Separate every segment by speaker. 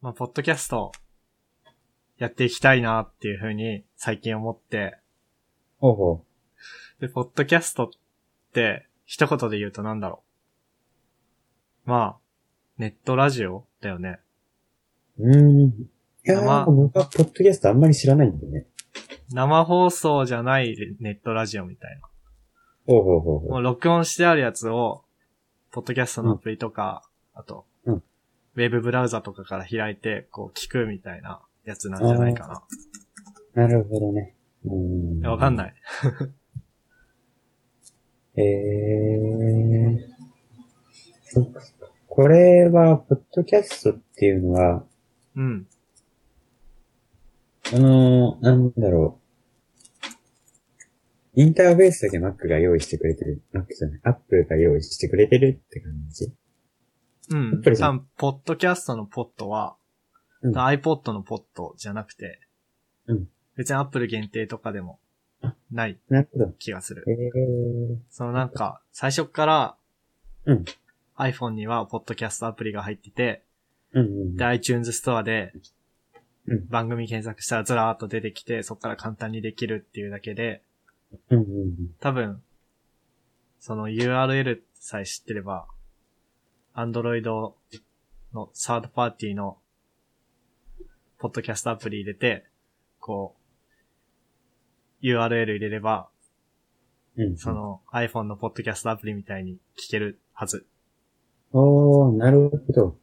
Speaker 1: まあ、ポッドキャスト、やっていきたいなっていうふうに最近思って、
Speaker 2: ほうほ
Speaker 1: で、ポッドキャストって、一言で言うとなんだろう。まあ、ネットラジオだよね。
Speaker 2: う。うーん。いやー、
Speaker 1: まあ
Speaker 2: 僕はポッドキャストあんまり知らないんだよね。
Speaker 1: 生放送じゃないネットラジオみたい
Speaker 2: ほうほうほう
Speaker 1: な。
Speaker 2: ほ
Speaker 1: も
Speaker 2: う。
Speaker 1: う録音してあるやつを、ポッドキャストのアプリとか、あと、
Speaker 2: うん
Speaker 1: ウェブブラウザとかから開いて、こう聞くみたいなやつなんじゃないかな。
Speaker 2: なるほどね。うーん。
Speaker 1: いやわかんないい。
Speaker 2: えー。そっかそっかこれは、ポッドキャストっていうのは、
Speaker 1: うん。
Speaker 2: あのー、なんだろう。インターフェースだけ Mac が用意してくれてる。Mac じゃない。Apple が用意してくれてるって感じ。
Speaker 1: うん。
Speaker 2: やっぱり
Speaker 1: 多分ポッドキャストのポットは、
Speaker 2: うん
Speaker 1: iPod のポットじゃなくて、
Speaker 2: うん
Speaker 1: 別に Apple 限定とかでも
Speaker 2: あ
Speaker 1: ない
Speaker 2: なるほど。
Speaker 1: 気がする
Speaker 2: え。ー。
Speaker 1: そのなんか、最初っから、
Speaker 2: うん
Speaker 1: iPhone にはポッドキャストアプリが入ってて、
Speaker 2: うんうん。
Speaker 1: で、iTunes ストアで
Speaker 2: うん、
Speaker 1: 番組検索したらずらーっと出てきて、そこから簡単にできるっていうだけで、
Speaker 2: うんうん
Speaker 1: 多分、その URL さえ知ってれば、Android のサードパーティーの、ポッドキャストアプリ入れて、こう、URL 入れれば、
Speaker 2: うん。うん。
Speaker 1: その iPhone のポッドキャストアプリみたいに聞けるはず。
Speaker 2: おー、なるほど。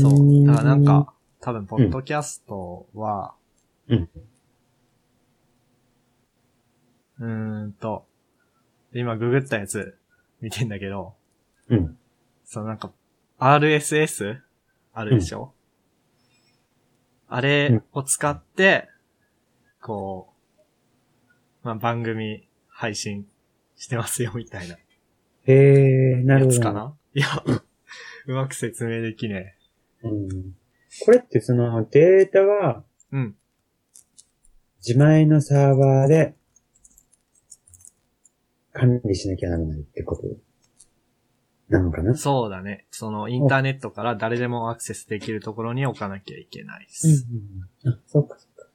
Speaker 1: そう。だ
Speaker 2: だ
Speaker 1: からなん、か、多分、ポッドキャストは、
Speaker 2: うん。
Speaker 1: うーんと、今ググったやつ見てんだけど、
Speaker 2: うん。
Speaker 1: そのなんか、RSS? あるでしょ、あれを使って、こう、まあ、番組配信してますよ、みたいな
Speaker 2: へえー、なる
Speaker 1: や
Speaker 2: ほ
Speaker 1: つ
Speaker 2: ど。
Speaker 1: かないや、うまく説明できね
Speaker 2: うん。これってそのデータは
Speaker 1: え。うん。
Speaker 2: 自前のサーバーで管理しなきゃならないってことなのかな
Speaker 1: そうだね。その、インターネットから誰でもアクセスできるところに置かなきゃいけないです。
Speaker 2: うん。あ、そっかそっか。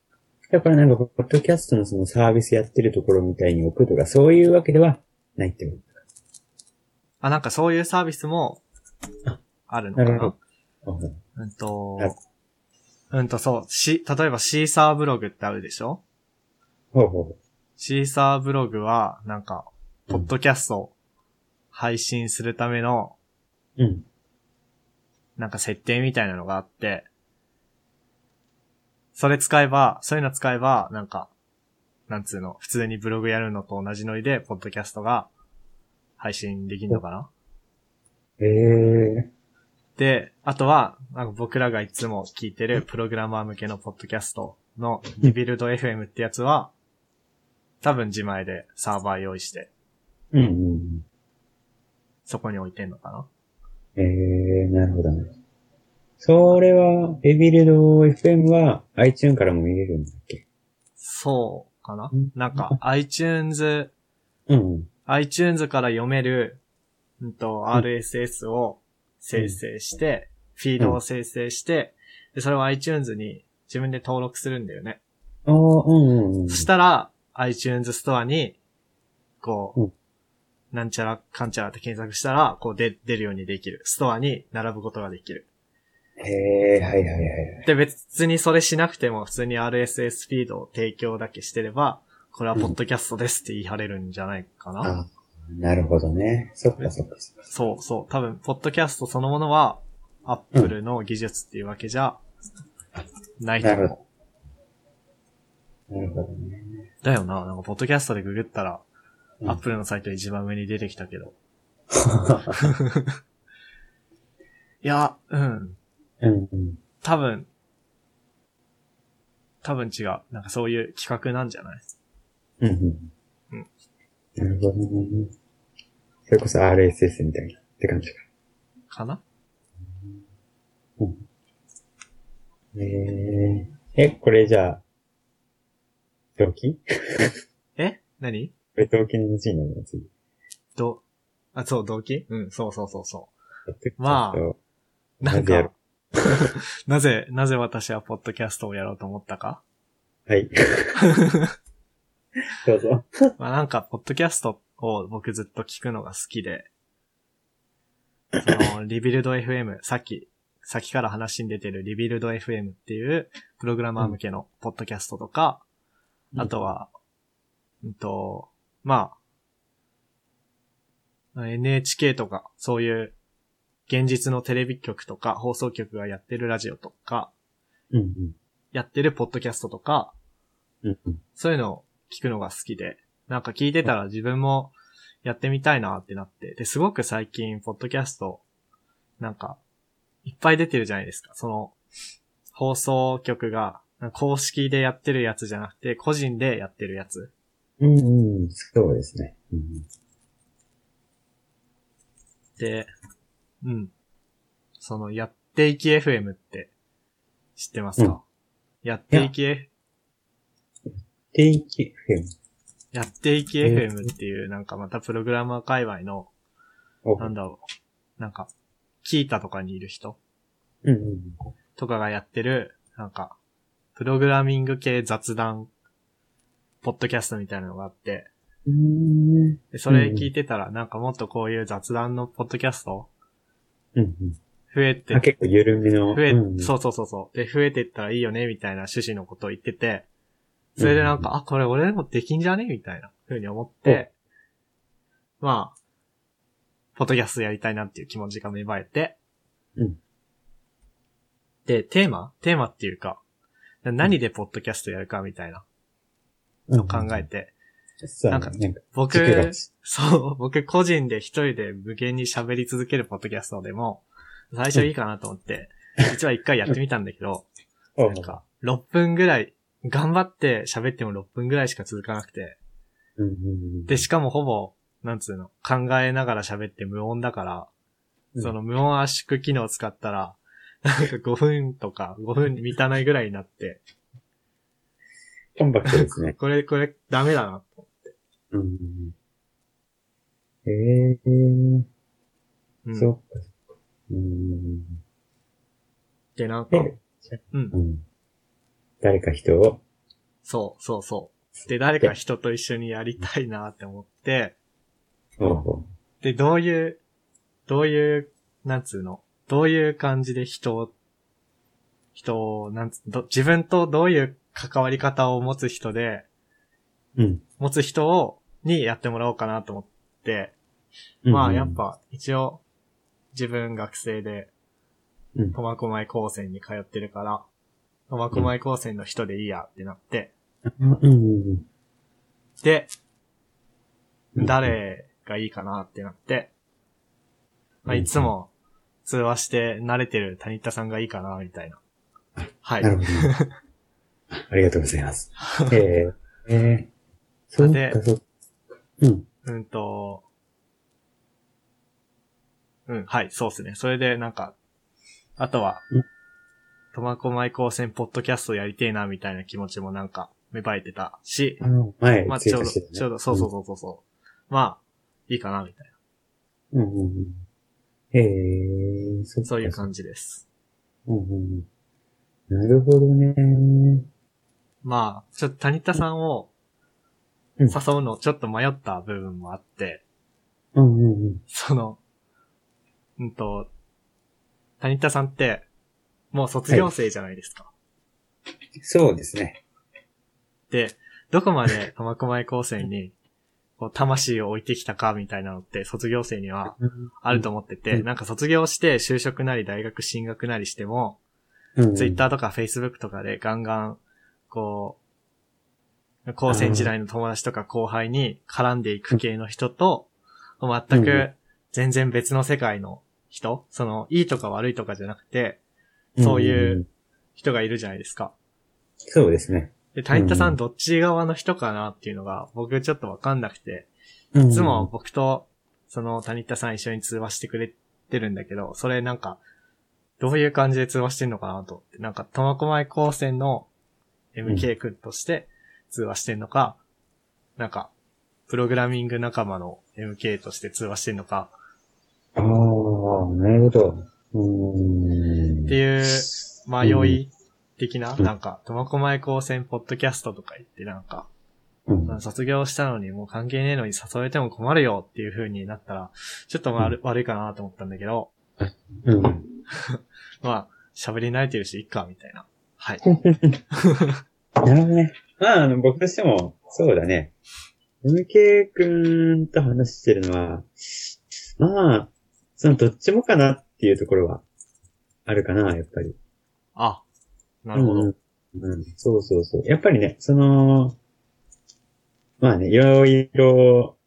Speaker 2: だからなんか、ポッドキャストのそのサービスやってるところみたいに置くとか、そういうわけではないってこ
Speaker 1: あ、なんかそういうサービスも、あるのか
Speaker 2: な
Speaker 1: な
Speaker 2: るほと。
Speaker 1: うんと
Speaker 2: はい、
Speaker 1: うんとそう、し、例えばシーサーブログってあるでしょ
Speaker 2: ほうほ
Speaker 1: シーサーブログは、なんか、
Speaker 2: う。
Speaker 1: ポッドキャストを配信するための、
Speaker 2: うん。
Speaker 1: なんか設定みたいなのがあって、それ使えば、そういうの使えば、なんか、なんつうの、普通にブログやるのと同じノリで、ポッドキャストが配信できるのかな
Speaker 2: へえ
Speaker 1: で、あとは、なんか僕らがいつも聞いてるプログラマー向けのポッドキャストのリビルド FM ってやつは、多分自前でサーバー用意して、
Speaker 2: ー。うんうん
Speaker 1: そこに置いてんのかな
Speaker 2: うん。えー、なるほどね。それは、エビルド FM は iTune からも見れるんだっけ
Speaker 1: そうかな
Speaker 2: うん
Speaker 1: なんか iTunes、
Speaker 2: うんうん。
Speaker 1: iTunes から読める、うんと、
Speaker 2: ん
Speaker 1: RSS を生成して、フィードを生成して、で、それを iTunes に自分で登録するんだよね。
Speaker 2: ああ、うんうんうん。
Speaker 1: そしたら、iTunes ストアに、こう、
Speaker 2: うん
Speaker 1: なんちゃらかんちゃらって検索したら、こうで出るようにできる。ストアに並ぶことができる。
Speaker 2: へえ、はいはいはいはい。
Speaker 1: で、別にそれしなくても、普通に RSS フィードを提供だけしてれば、これはポッドキャストですって言い張れるんじゃないかな。
Speaker 2: あなるほどね。そっかそっかそっか。
Speaker 1: そうそう。多分、ポッドキャストそのものは、Apple の技術っていうわけじゃ、ないと
Speaker 2: なる
Speaker 1: 思
Speaker 2: なるほどね。
Speaker 1: う。だよな。なんか、ポッドキャストでググったら、
Speaker 2: うん
Speaker 1: Apple のサイト一番上に出てきたけ ど。 いや、うん。
Speaker 2: うんうん。
Speaker 1: 多分、多分違う。なんかそういう企画なんじゃない
Speaker 2: うんうん
Speaker 1: うん。
Speaker 2: なるほどね。それこそ RSS みたいなって感じか。
Speaker 1: かな
Speaker 2: へえ。え、これじゃあ、動機こ
Speaker 1: え何
Speaker 2: れ動機の話になるの次。
Speaker 1: ど、あ、そう、動機うん、そうそうそうそう。まあ
Speaker 2: ちょっと
Speaker 1: なん
Speaker 2: まずやろ
Speaker 1: か、 なぜ、なぜ私はポッドキャストをやろうと思ったか
Speaker 2: はい。 どうぞ。
Speaker 1: まあなんか、ポッドキャストを僕ずっと聞くのが好きで、その、リビルド FM、さっき、さっきから話に出てるリビルド FM っていう、プログラマー向けのポッドキャストとか、あとは、うんと、まあ、NHK とか、そういう、現実のテレビ局とか、放送局がやってるラジオとか、
Speaker 2: うんうん。
Speaker 1: やってるポッドキャストとか、
Speaker 2: うんうん。
Speaker 1: そういうのを聞くのが好きで、なんか聞いてたら自分もやってみたいなってなって、で、すごく最近、ポッドキャスト、なんか、いっぱい出てるじゃないですか。その、放送局が、公式でやってるやつじゃなくて、個人でやってるやつ。
Speaker 2: うんうん。そうですね。うんうん
Speaker 1: で、うん。その、やっていき FM って、知ってますか、やっていき、
Speaker 2: 定期 FM。
Speaker 1: やっていき FM っていう、なんかまたプログラマー界隈の、
Speaker 2: お
Speaker 1: なんだろう、なんか、キータとかにいる人
Speaker 2: うんうん。
Speaker 1: とかがやってる、なんか、プログラミング系雑談、ポッドキャストみたいなのがあって、
Speaker 2: うん
Speaker 1: でそれ聞いてたら、なんかもっとこういう雑談のポッドキャスト
Speaker 2: うんうん。
Speaker 1: 増えて
Speaker 2: あ、、結構緩めの。
Speaker 1: 増え、
Speaker 2: うん
Speaker 1: そうそうそうそう。で、増えてったらいいよね、みたいな趣旨のことを言ってて、それでなんか、あ、これ俺でもできんじゃねみたいな風に思って、まあ、ポッドキャストやりたいなっていう気持ちが芽生えて、
Speaker 2: うん
Speaker 1: で、テーマテーマっていうか、何でポッドキャストやるかみたいな
Speaker 2: うん
Speaker 1: のを考えて、
Speaker 2: そう
Speaker 1: な
Speaker 2: なんん
Speaker 1: か
Speaker 2: か、
Speaker 1: 僕
Speaker 2: 軸が、
Speaker 1: そう、僕個人で一人で無限に喋り続けるポッドキャストでも、最初いいかなと思って、実は一回やってみたんだけど、
Speaker 2: お
Speaker 1: なんか、6分ぐらい、頑張って喋っても6分ぐらいしか続かなくて、
Speaker 2: うんうんうん
Speaker 1: で、しかもほぼ、なんつうの、考えながら喋って無音だから、
Speaker 2: うん
Speaker 1: その無音圧縮機能を使ったら、 なんか5分とか5分満たないぐらいになって、
Speaker 2: コンパクトです ね。
Speaker 1: これ、これダメだなと。
Speaker 2: うんうんうんへえ
Speaker 1: う
Speaker 2: ー、
Speaker 1: ん。
Speaker 2: そっかそっか。うんうん
Speaker 1: で、なんか
Speaker 2: う、ん。
Speaker 1: うん
Speaker 2: で、う。ん。誰か人を、
Speaker 1: そう、そう、そう。で、誰か人と一緒にやりたいなって思って、
Speaker 2: ほうほ
Speaker 1: で、どういう、どういう、なんつうの、どういう感じで人を、人を、なんつど、自分とどういう関わり方を持つ人で、
Speaker 2: う。うん。
Speaker 1: 持つ人を、にやってもらおうかなと思って、まあやっ。ぱ一応、自分学生で、
Speaker 2: うん
Speaker 1: 苫小牧高専に通ってるから、苫小牧高専の人でいいやってなって、
Speaker 2: うんうんうん
Speaker 1: で、
Speaker 2: うん。
Speaker 1: 誰がいいかなってなって、まあ、
Speaker 2: うん
Speaker 1: いつも通話して慣れてる谷田さんがいいかな、みたいな。はい
Speaker 2: な。 るほど。ありがとうございます。えー、えー、そっ
Speaker 1: で
Speaker 2: かそっか。うん。
Speaker 1: うんと、うん、はい、そうですね。それで、なんか、あとは
Speaker 2: うん、
Speaker 1: 苫小牧高専ポッドキャストやりてえな、みたいな気持ちもなんか芽生えてたし、
Speaker 2: あの、前
Speaker 1: まあ、、ち
Speaker 2: 追
Speaker 1: ょう
Speaker 2: 加
Speaker 1: ど、
Speaker 2: してたね。
Speaker 1: ちょうど、そうそうそうそうそう。まあ、いいかな、みたい
Speaker 2: うん。うんうんうん。えー、そ
Speaker 1: な。
Speaker 2: っか
Speaker 1: そういう感じです。
Speaker 2: うんうんうん。なるほどね。
Speaker 1: まあ、ちょっと谷田さんを
Speaker 2: うん
Speaker 1: 誘うのをちょっと迷った部分もあって、
Speaker 2: うんうんうん。
Speaker 1: その、うんと、谷田さんって、もう卒業生じゃないですか。
Speaker 2: そうですね。
Speaker 1: で、どこま で苫小牧高専に、こう、魂を置いてきたかみたいなのって、卒業生にはあると思ってて、
Speaker 2: うん
Speaker 1: なんか卒業して就職なり大学進学なりしても、
Speaker 2: うん。
Speaker 1: ツイッターとかフェイスブックとかでガンガン、こう、高専時代の友達とか後輩に絡んでいく系の人と、全
Speaker 2: う
Speaker 1: く
Speaker 2: ん
Speaker 1: 全然別の世界の人、その、いいとか悪いとかじゃなくて、
Speaker 2: うん
Speaker 1: そうい
Speaker 2: んん
Speaker 1: う人がいるじゃないですか。
Speaker 2: そうですね。
Speaker 1: で、谷田さ
Speaker 2: う
Speaker 1: ん
Speaker 2: ん
Speaker 1: どっち側の人かなっていうのが、僕ちょっとわかんなくて、
Speaker 2: い
Speaker 1: いつも。僕と、その谷田さん一緒に通話してくれてるんだけど、それなんか、どういう感じで通話してんのかなと思って、なんか、苫小牧高専の MK 君として通話してんのか、なんか、プログラミング仲間の MK として通話してんのか、
Speaker 2: ああ、なるほど。うーん
Speaker 1: っていう、まあ、
Speaker 2: うん
Speaker 1: 用意的な、
Speaker 2: うん
Speaker 1: なんか、苫小牧高専ポッドキャストとか言って、なんか、
Speaker 2: うん
Speaker 1: まあ卒業したのにもう関係ねえのに誘えても困るよっていう風になったら、ちょっと悪,、悪いかなと思ったんだけど、
Speaker 2: うん。
Speaker 1: まあ、喋り慣れてるし、いっか、みたいな。はい。
Speaker 2: なるほどね。まあ、あの、僕としても、そうだね。MK 君と話してるのは、まあ、そのどっちもかなっていうところは、あるかな、やっぱり。
Speaker 1: あ、なるほど。
Speaker 2: うんうん。うんそうそうそう。やっぱりね、その、まあね、いろいろ、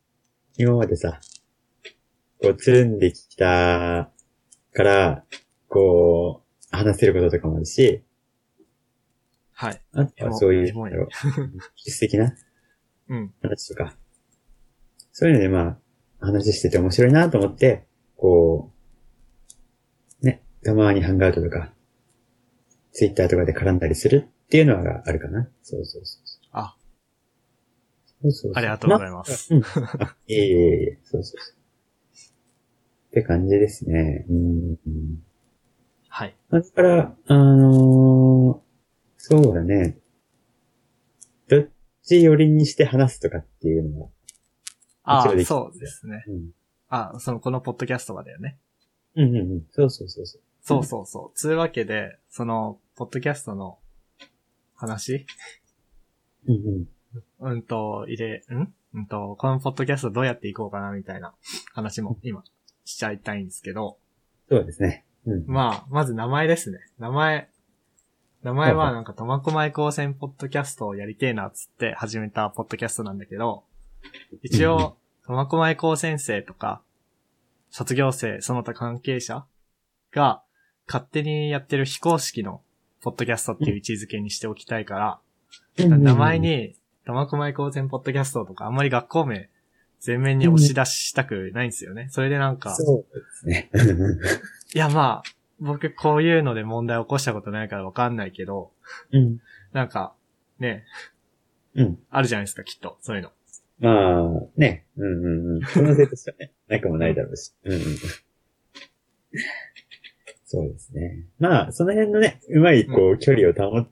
Speaker 2: 今までさ、こう、つるんできたから、こう、話せることとかもあるし、
Speaker 1: はい。
Speaker 2: あとはそうい
Speaker 1: エ
Speaker 2: う、
Speaker 1: モ
Speaker 2: ないんだろう技術的な
Speaker 1: うん。
Speaker 2: 話とか、そういうのでまあ、話してて面白いなと思って、こう、ね、たまにハンガーウトとか、ツイッターとかで絡んだりするっていうのがあるかな。そうそうそうそう。
Speaker 1: あ
Speaker 2: そうそうそう。
Speaker 1: ありがとうご
Speaker 2: ま
Speaker 1: ざいます。
Speaker 2: あ。あいえいえいえ、そうそうそう。って感じですね。うん。
Speaker 1: はい。
Speaker 2: まあだから、あのーそうだね。どっち寄りにして話すとかっていうのは、
Speaker 1: あ
Speaker 2: こちらで
Speaker 1: そうですね。
Speaker 2: うん、
Speaker 1: あ、その、このポッドキャストがだよね。
Speaker 2: うんうんうん。そうそうそうそう。
Speaker 1: そうそうそう。つうわけで、その、ポッドキャストの話
Speaker 2: うんうん。
Speaker 1: うんと、入れ、んうんと、このポッドキャストどうやっていこうかなみたいな話も今しちゃいたいんですけど、
Speaker 2: そうですね。うん。
Speaker 1: まあ、まず名前ですね。名前。名前はなんか、苫小牧高専ポッドキャストをやりてえなっつって始めたポッドキャストなんだけど、一応、苫小牧高専生とか、卒業生、その他関係者が、勝手にやってる非公式のポッドキャストっていう位置づけにしておきたいから、名前に、玉熊井高専ポッドキャストとか、あんまり学校名、全面に押し出したくないんですよね。それでなんか、
Speaker 2: そうですね。うん
Speaker 1: いやまあ、僕こういうので問題起こしたことないからわかんないけど、
Speaker 2: うん。
Speaker 1: なんか、ね、
Speaker 2: うん。
Speaker 1: あるじゃないですか、きっと、そういうの。
Speaker 2: まあ、ね。うんうんうん。可能性としてはね、 なくもないだろうし。うんうん。そうですね。まあ、その辺のね、うまい、こう、距離を保っ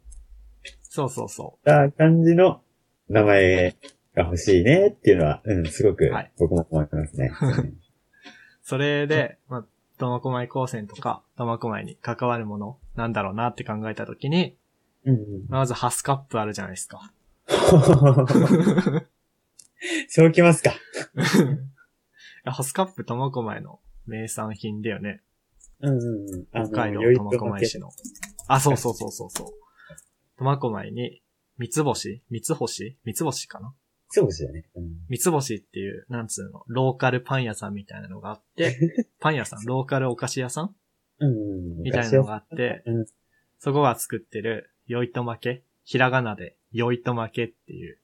Speaker 1: そうそうそ
Speaker 2: た感じの名前が欲しいねっていうのは、うん、すごく
Speaker 1: はい、
Speaker 2: 僕も思いま すね。うん
Speaker 1: う。それで、まあ、玉熊井高専とか、玉熊井に関わるもの、なんだろうなって考えたときに、
Speaker 2: う んうん。
Speaker 1: まずハスカップあるじゃないですか。
Speaker 2: そうきますか。
Speaker 1: ハスカップ玉熊井の名産品だよね。
Speaker 2: うんうんうん。あの
Speaker 1: 北海道
Speaker 2: よいと
Speaker 1: 苫小牧市の。あ、そうそうそうそう そう。苫小牧に、三つ星三つ星三つ星かな
Speaker 2: そうですよね。うん
Speaker 1: 三つ星っていう、なんつうの、ローカルパン屋さんみたいなのがあ って、パン屋さん、ローカルお菓子屋さん
Speaker 2: うん。
Speaker 1: みたいなのがあって
Speaker 2: うん、
Speaker 1: そこが作ってる、よいとまけ、ひらがなで、よいとまけっていう、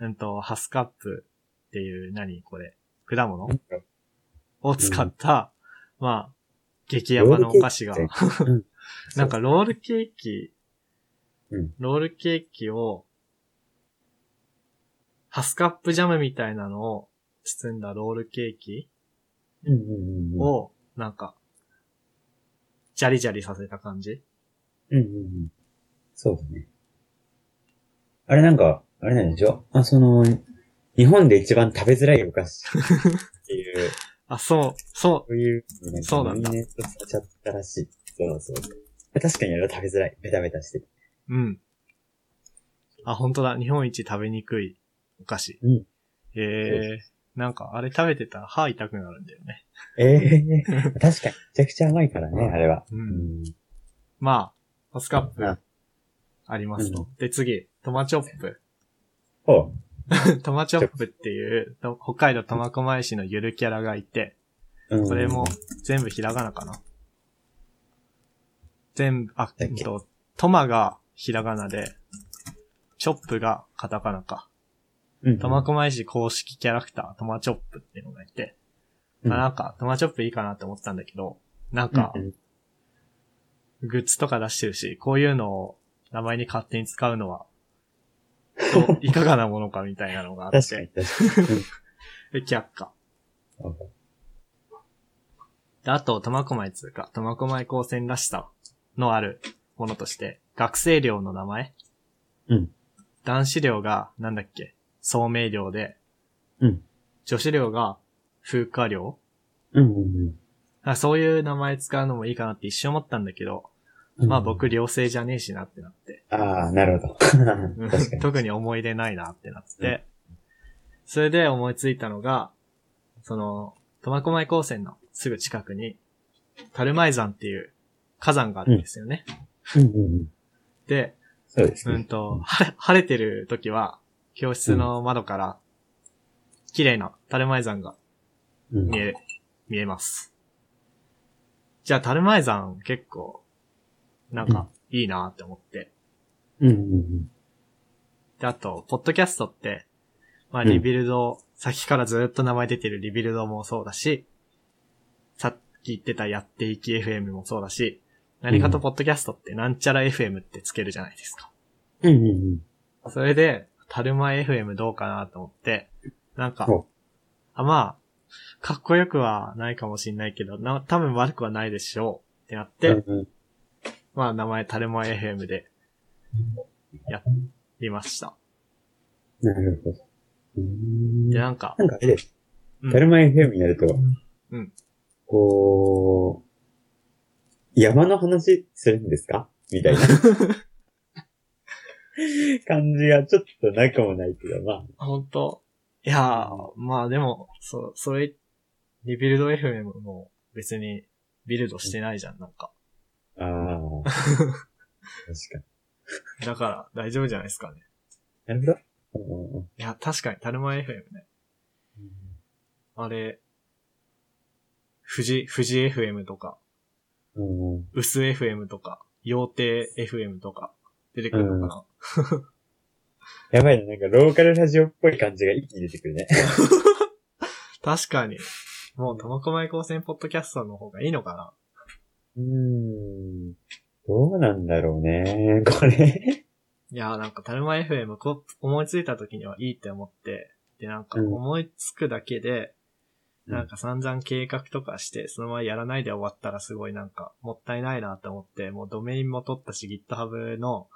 Speaker 1: うんと、ハスカップっていう、何これ、果物を使った、まあ、激ヤバなお菓子が、
Speaker 2: ロールケーキって
Speaker 1: なんかロールケーキ、
Speaker 2: うん
Speaker 1: ロールケーキを、ハスカップジャムみたいなのを包んだロールケーキ
Speaker 2: うんうんうん。
Speaker 1: を、なんか、ジャリジャリさせた感じ
Speaker 2: うんうんうん。そうだね。あれなんか、あれなんでしょあ、その、日本で一番食べづらいお菓子っ ていう、
Speaker 1: あ、そう、そ
Speaker 2: そういうのね、
Speaker 1: そうなんだ
Speaker 2: ノミネートされちゃったらしい。そうそうそう。確かにあれは食べづらい。ベタベタしてて。
Speaker 1: う、うん。あ、本当だ、日本一食べにくいお菓子。
Speaker 2: うん
Speaker 1: ええなんかあれ食べてたら歯痛くなるんだよね。
Speaker 2: ええ 確かに、めちゃくちゃ甘いからね、あれは。
Speaker 1: う。
Speaker 2: うんん。
Speaker 1: まあ、ハスカップ
Speaker 2: あ
Speaker 1: ありますと。
Speaker 2: う
Speaker 1: で、次、トマチョップ。
Speaker 2: ほ
Speaker 1: トマチョップっていう、と北海道苫小牧市のゆるキャラがいて、
Speaker 2: う。うん
Speaker 1: それも。全部ひらがなかな。全部、あ、えっと、トマがひらがなで、チョップがカタカナか。
Speaker 2: うん。
Speaker 1: 苫小牧市公式キャラクター、トマチョップっていうのがいて、
Speaker 2: うん
Speaker 1: まあなんか、トマチョップいいかなって思ったんだけど、なんか
Speaker 2: う、ん
Speaker 1: グッズとか出してるし、こういうのを名前に勝手に使うのは、 どういかがなものかみたいなのがあっ
Speaker 2: 確か に、
Speaker 1: て、
Speaker 2: 確かに。うん
Speaker 1: で却下。で、あと、苫小牧通過、苫小牧高専らしさのあるものとして、学生寮の名前
Speaker 2: うん。
Speaker 1: 男子寮が、なんだっけ、聡明寮で、
Speaker 2: うん。
Speaker 1: 女子寮が風化寮
Speaker 2: うんうん
Speaker 1: あそういう名前使うのもいいかなって一瞬思ったんだけど、
Speaker 2: うん。
Speaker 1: まあ。僕寮生じゃねえしなってなって、
Speaker 2: ああ、なる ほど。確かに。
Speaker 1: 特に思い出ないなってなって、
Speaker 2: うん
Speaker 1: それで思いついたのが、その、苫小牧高専のすぐ近くに、樽前山っていう火山があるんですよね。
Speaker 2: うんうんうん。
Speaker 1: で、
Speaker 2: そうです
Speaker 1: うん
Speaker 2: ね。
Speaker 1: と、晴れ、晴れてる時は、教室の窓から、綺麗な樽前山が
Speaker 2: うん。
Speaker 1: 見え、見えます。じゃあ、樽前山結構、なんか、いいなって思って。
Speaker 2: うんうん
Speaker 1: で、あと、ポッドキャストって、まあ、
Speaker 2: うん
Speaker 1: リビルド、さっきからずっと名前出てるリビルドもそうだし、さっき言ってたやっていき FM もそうだし、何かとポッドキャストってなんちゃら FM ってつけるじゃないですか。
Speaker 2: うん。うんうん
Speaker 1: それで、樽前 FM どうかなと思って、なんか
Speaker 2: お、
Speaker 1: あ、まあ、かっこよくはないかもしんないけど、な、多分悪くはないでしょうってなって、
Speaker 2: うん。うんうん
Speaker 1: まあ名前タレマ FM でやりました。
Speaker 2: なるほど。うーん
Speaker 1: で、なんか、
Speaker 2: なんかあれです。
Speaker 1: うん
Speaker 2: だるま FM やると、
Speaker 1: うん
Speaker 2: こう、山の話するんですかみ たいな感じがちょっとなくもないけど、まあ。
Speaker 1: 本当いやー、まあでも、そ、それ、リビルド FM も別にビルドしてないじゃん、なんか。
Speaker 2: ああ。確かに。
Speaker 1: だから大丈夫じゃないですかね。
Speaker 2: なるほど。うんうんうん
Speaker 1: いや、確かにタレマ FM ね。あれ、富士、富士 FM とか、
Speaker 2: うんうん
Speaker 1: 薄 FM とか、妖艇 FM とか出てくるのかな、
Speaker 2: やばいね。なんかローカルラジオっぽい感じが一気に出てくるね。
Speaker 1: 確かに。もう、苫小牧高専ポッドキャストの方がいいのかな
Speaker 2: うーん。どうなんだろうね。 これ。
Speaker 1: いやーなんか、タルマ FM こう思いついた時にはいいって思って、で、なんか
Speaker 2: うん
Speaker 1: 思いつくだけで、
Speaker 2: うん
Speaker 1: なんか散々計画とかして、そのままやらないで終わったらすごいなんか、もったいないなと思って、もうドメインも取ったし、GitHub の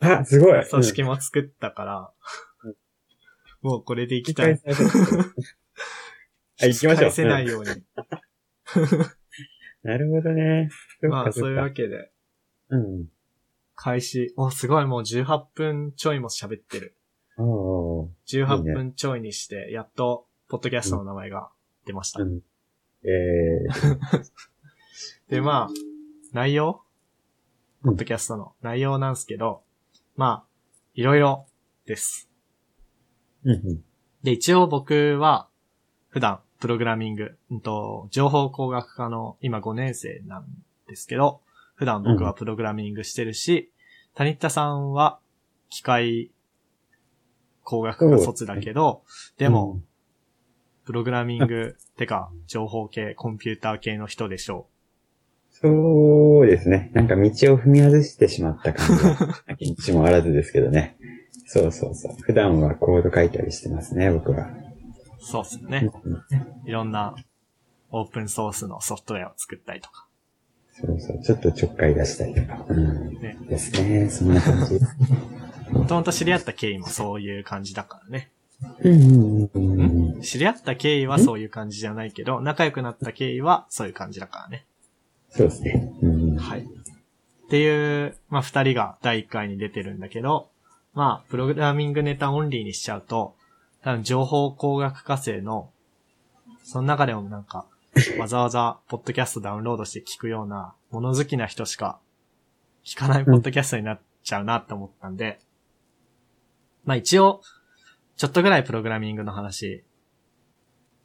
Speaker 2: あ、すごい。
Speaker 1: 組織も作ったから、もうこれで行き
Speaker 2: 期
Speaker 1: たい
Speaker 2: 待。されてる。あ行きましょう
Speaker 1: 返せないように。
Speaker 2: なるほどね。そっか
Speaker 1: まあ、そういう
Speaker 2: そっ
Speaker 1: わ
Speaker 2: か
Speaker 1: けで、
Speaker 2: うん。
Speaker 1: 開始。お、すごい、もう18分ちょいも喋ってる。
Speaker 2: おー
Speaker 1: 18
Speaker 2: いいね
Speaker 1: 分ちょいにして、やっと、ポッドキャストの名前が出ました。
Speaker 2: うん。えー、
Speaker 1: で、まあ、内容
Speaker 2: うん
Speaker 1: ポッドキャストの内容なんですけど、まあ、いろいろです。
Speaker 2: うんうん。
Speaker 1: で、一応僕は、普段、プログラミング、うんと、情報工学科の今5年生なんですけど、普段僕はプログラミングしてるし、谷田さんは、機械工学科卒だけど、でも、プログラミング、てか、情報系、コンピューター系の人でしょ
Speaker 2: うん、そうですね。なんか道を踏み外してしまった感じが。 道もあらずですけどね。そうそうそう。普段はコード書いたりしてますね、僕は。
Speaker 1: う。そうっすよ
Speaker 2: うん
Speaker 1: ね。いろんなオープンソースのソフトウェアを作ったりとか。
Speaker 2: そうそう。ちょっとちょっかい出したりとか。うん。
Speaker 1: ね
Speaker 2: ですね。そんな感じ。
Speaker 1: もともと知り合った経緯もそういう感じだからね。
Speaker 2: うんうんうんうん。
Speaker 1: 知り合った経緯はそういう感じじゃないけど、仲良くなった経緯はそういう感じだからね。
Speaker 2: そうですね。うん。
Speaker 1: はい。っていう、まあ、二人が第一回に出てるんだけど、まあ、プログラミングネタオンリーにしちゃうと、多分情報工学科生の、その中でもなんか、わざわざ、ポッドキャストダウンロードして聞くような、物好きな人しか、聞かないポッドキャストになっちゃうなって思ったんで、まあ一応、ちょっとぐらいプログラミングの話、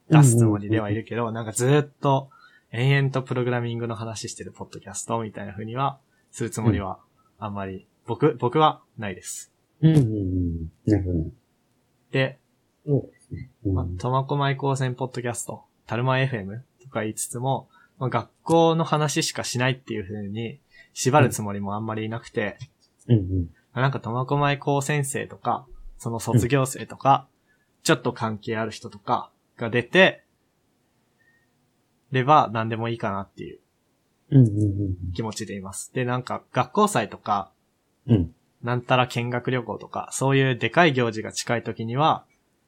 Speaker 1: 出すつもりではいるけど、なんかずーっと、延々とプログラミングの話してるポッドキャストみたいな風には、するつもりは、あんまり、僕、僕はないです。
Speaker 2: うんうんうん。なるほどね。
Speaker 1: で、
Speaker 2: うん
Speaker 1: まあ、苫小牧高専ポッドキャスト、タルマ FM とか言いつつも、まあ、学校の話しかしないっていう風に、縛るつもりもあんまりいなくて、
Speaker 2: うんうん。
Speaker 1: まあなんか苫小牧高専生とか、その卒業生とか、ちょっと関係ある人とかが出て、れば何でもいいかなっていう
Speaker 2: うんうん
Speaker 1: 気持ちでいます。で、なんか学校祭とか、
Speaker 2: うん。うん。
Speaker 1: なんたら見学旅行とか、そういうでかい行事が近い時には、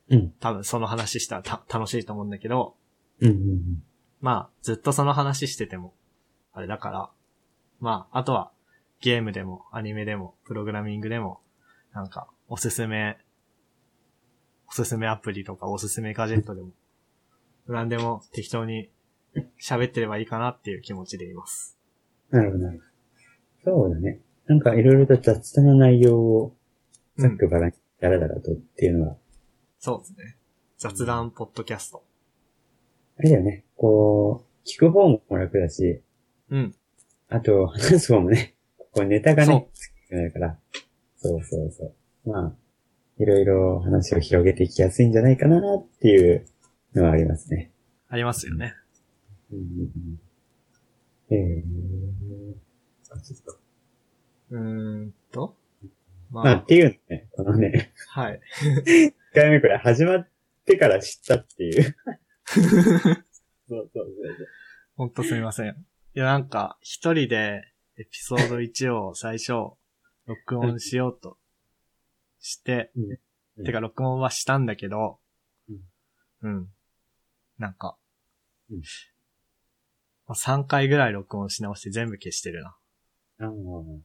Speaker 2: うん。
Speaker 1: 多分その話したらた楽しいと思うんだけど、
Speaker 2: うんうん
Speaker 1: まあ、ずっとその話してても、あれだから、まあ、あとは、ゲームでも、アニメでも、プログラミングでも、なんか、おすすめ、おすすめアプリとか、おすすめガジェットでも、何でも適当に喋ってればいいかなっていう気持ちでいます。
Speaker 2: うん。なるほど、なるほど。そうだね。なんかいろいろと雑多な内容を、
Speaker 1: う
Speaker 2: ざっ
Speaker 1: ん
Speaker 2: くばらん、だらだらとっていうのは、
Speaker 1: そうですね。雑談ポッドキャスト。
Speaker 2: あれだよね。こう、聞く方も楽だし、
Speaker 1: うん。
Speaker 2: あと、話す方もね、 こうネタが
Speaker 1: そう
Speaker 2: ね、少ないから。そうそうそう。まあ、いろいろ話を広げていきやすいんじゃないかなっていうのはありますね。
Speaker 1: ありますよね。
Speaker 2: うんうんうんえー、あ、そっか。
Speaker 1: うーんと。ま
Speaker 2: まあ、っ
Speaker 1: あ、
Speaker 2: ていうね、このね、
Speaker 1: はい。
Speaker 2: 一回目これ始まってから知ったっ ていう。そうそう
Speaker 1: ほんとすみません。いや、なんか、一人でエピソード1を最初、録音しようとして
Speaker 2: うん、うん
Speaker 1: てか、録音はしたんだけど
Speaker 2: うん、
Speaker 1: うん。なんか
Speaker 2: うん、
Speaker 1: 3回ぐらい録音し直して全部消してるな。
Speaker 2: そ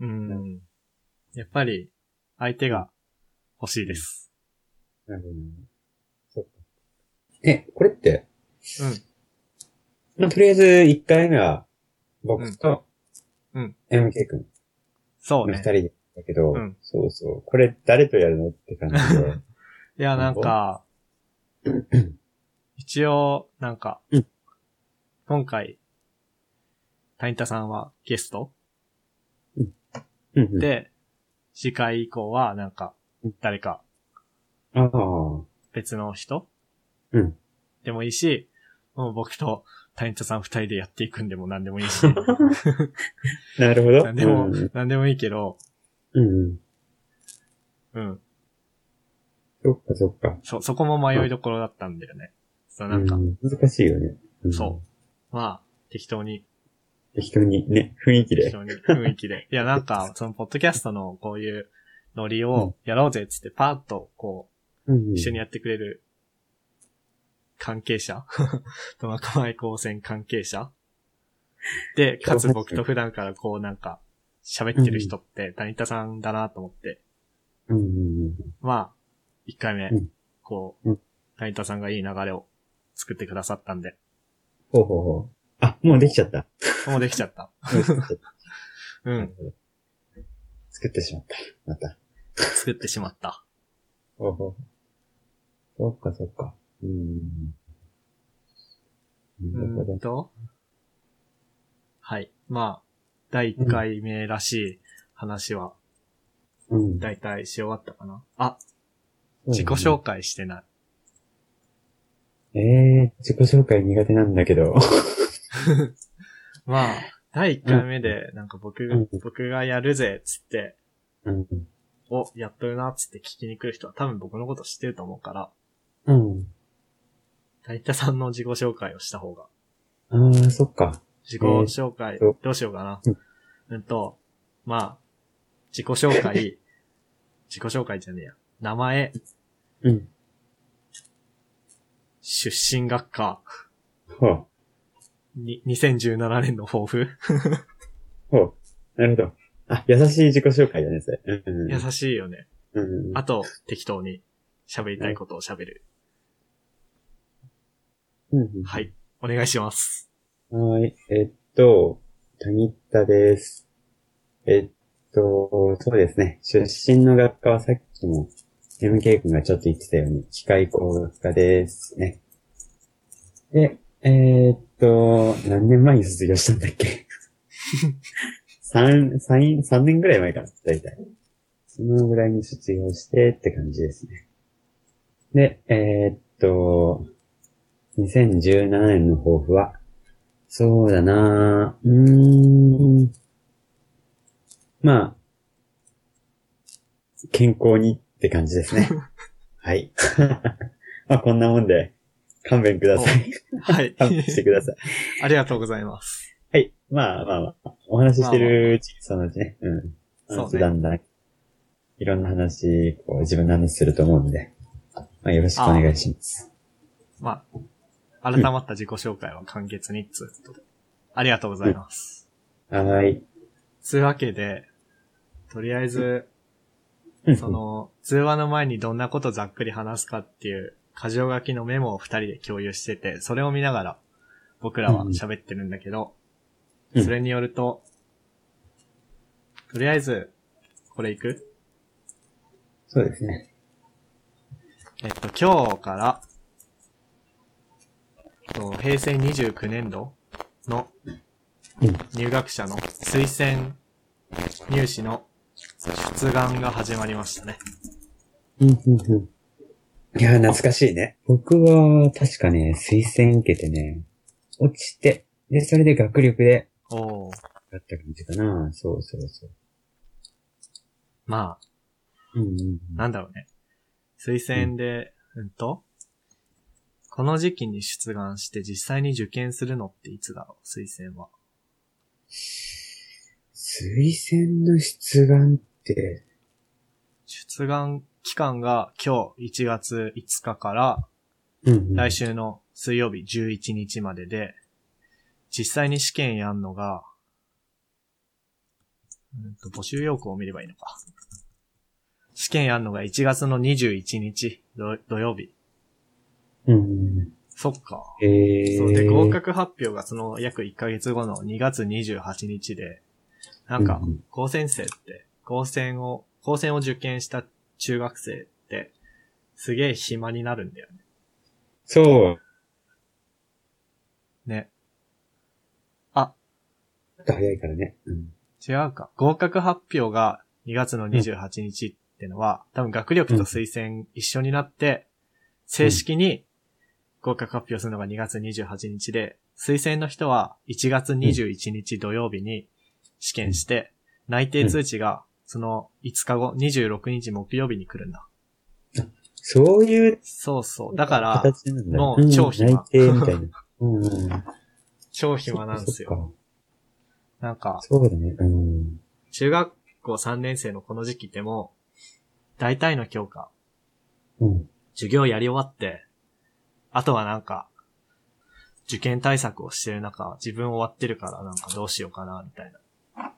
Speaker 2: う。
Speaker 1: うん。やっぱり、相手が欲しいです。
Speaker 2: ああ、なるほどね。そっか。え、これって、
Speaker 1: うん。
Speaker 2: まあ、とりあえず1回目は、僕と、
Speaker 1: うんうん。
Speaker 2: MK 君
Speaker 1: そう
Speaker 2: の2
Speaker 1: ね
Speaker 2: 人。だけど、
Speaker 1: うん
Speaker 2: そうそう。これ誰とやるのって感じで。
Speaker 1: いや、なんか、 一応、なんか
Speaker 2: うん、
Speaker 1: 今回、タニタさんはゲスト
Speaker 2: うんうん、
Speaker 1: で、次回以降は、なんか
Speaker 2: うん、
Speaker 1: 誰か
Speaker 2: あ あ。
Speaker 1: 別の人
Speaker 2: うん。
Speaker 1: でもいいし、もう僕とタニタさん二人でやっていくんでも何でもいい し、
Speaker 2: なるほど。
Speaker 1: 何でも
Speaker 2: うん、
Speaker 1: 何でもいいけど、
Speaker 2: うん。
Speaker 1: うん。
Speaker 2: そっかそっか。
Speaker 1: そ、そこも迷いどころだったんだよね。そう、なんか
Speaker 2: う、難しいよね。うん
Speaker 1: そまあ、適当に
Speaker 2: 適当にね、雰囲気
Speaker 1: 非
Speaker 2: で。
Speaker 1: 常に雰囲気で。いや、なんか、その、ポッドキャストのこういうノリをやろうぜっつって、パーッと、こ
Speaker 2: うん
Speaker 1: う、一緒にやってくれる関係者 苫小牧高専関係者で、かつ僕と普段からこう、なんか、喋ってる人って、谷田さんだなと思って、
Speaker 2: うんうん
Speaker 1: まあ、一回目
Speaker 2: うん、
Speaker 1: こ
Speaker 2: う、
Speaker 1: うん谷田さんがいい流れを作ってくださったんで、
Speaker 2: ほうほうほう。あ、もうできちゃ った。
Speaker 1: もうできちゃった。
Speaker 2: もうできちゃった
Speaker 1: うん、
Speaker 2: 作ってしまった。また。
Speaker 1: 作ってしまった。
Speaker 2: ほうほう。そっかそっか。うん。
Speaker 1: う
Speaker 2: なるほ
Speaker 1: ー
Speaker 2: ど
Speaker 1: ん。と。はい。まあ、第1回目らしい話は、
Speaker 2: うん。
Speaker 1: だいたいし終わったかな。あ、自己紹介してない。
Speaker 2: 介。えー、自己紹介苦手なんだけど。
Speaker 1: まあ、第1回目で、なんか僕が、
Speaker 2: うん
Speaker 1: 僕がやるぜ、つって、
Speaker 2: うん。
Speaker 1: お、やっとるな、つって聞きに来る人は多分僕のこと知ってると思うから、
Speaker 2: うん。
Speaker 1: 大田さんの自己紹介をした方が。
Speaker 2: あー、そっか。
Speaker 1: 自己紹介、
Speaker 2: えーっと
Speaker 1: どうしようかな
Speaker 2: うん。
Speaker 1: うんと、まあ、自己紹介、自己紹介じゃねえや。名前、
Speaker 2: うん。
Speaker 1: 出身学科、
Speaker 2: ほう。
Speaker 1: に、2017年の抱負
Speaker 2: ほう。なるほど。あ、優しい自己紹介だね、それ。うん。
Speaker 1: 優しいよね。
Speaker 2: うん。
Speaker 1: あと、適当に喋りたいことを喋る。
Speaker 2: うん。。
Speaker 1: はいい。お願いします。
Speaker 2: はーい。えっと、谷田です。えっと、そうですね。出身の学科はさっきも MK 君がちょっと言ってたように、機械工学科ですね。で、えっと、何年前に卒業したんだっけ三三三年ぐらい前かな、だいたい。そのぐらいに卒業してって感じですね。で、えっと、2017年の抱負は、そうだなぁ。うーん。まあ、 健康にって感じですね。はい。まあ、こんなもんで、勘弁ください。
Speaker 1: はい。
Speaker 2: 勘弁してください。
Speaker 1: ありがとうございます。
Speaker 2: はい。まあまあまあ、お話ししてるうちに、そのうちね、うん。
Speaker 1: そうね
Speaker 2: だんだん、いろんな話、こう、自分の話すると思うんで、まあよろしくお願いします。
Speaker 1: まあ、改まった自己紹介は簡潔にっつうことで。ありがとうございます。
Speaker 2: はーい。
Speaker 1: つうわけで、とりあえず、
Speaker 2: うん
Speaker 1: その、通話の前にどんなことざっくり話すかっていう、箇条書きのメモを二人で共有してて、それを見ながら、僕らは喋ってるんだけど、
Speaker 2: うん
Speaker 1: それによると、とりあえず、これいく
Speaker 2: そうですね。
Speaker 1: えっと、今日から、えっと平成29年度の
Speaker 2: うん
Speaker 1: 入学者の推薦入試の出願が始まりましたね。
Speaker 2: うん、うん、うん。いやー、懐かしいね。僕は、確かね、推薦受けてね、落ちて、で、それで学力で、
Speaker 1: おー。
Speaker 2: だった感じかな。そうそうそう。
Speaker 1: まあ、
Speaker 2: うん、うん
Speaker 1: なんだろうね。推薦で、うんと、この時期に出願して実際に受験するのっていつだろう、推薦は。
Speaker 2: 推薦の出願って、
Speaker 1: 出願期間が今日1月5日から
Speaker 2: うんうん
Speaker 1: 来。週の水曜日11日までで、実際に試験やんのが、うんと、募集要項を見ればいいのか。試験やんのが1月の21日、土土曜日。
Speaker 2: うんうん
Speaker 1: そっか。
Speaker 2: うん。えー。
Speaker 1: そうで、合格発表がその約1ヶ月後の2月28日で、なんか
Speaker 2: うんうん、
Speaker 1: 高専生って、高専を、高専を受験した中学生って、すげえ暇になるんだよね。
Speaker 2: そう。
Speaker 1: ね。あ、
Speaker 2: ちょっと早いからね。うん。
Speaker 1: 違うか。合格発表が2月の28日ってのは、多分学力と推薦一緒になって、正式に合格発表するのが2月28日で、推薦の人は1月21日土曜日に試験して、内定通知がその5日後、26日木曜日に来るんだ。
Speaker 2: そういう
Speaker 1: そうそう。だから、
Speaker 2: 形なんだ。
Speaker 1: もう超暇
Speaker 2: ん内定みたいな。うんうん。
Speaker 1: 超暇なんですよ。なんか、
Speaker 2: そっか。そうだね。うん。
Speaker 1: 中学校3年生のこの時期でも、大体の教科、
Speaker 2: うん。
Speaker 1: 授業やり終わって、あとはなんか、受験対策をしてる中、自分終わってるからなんかどうしようかな、みたいな。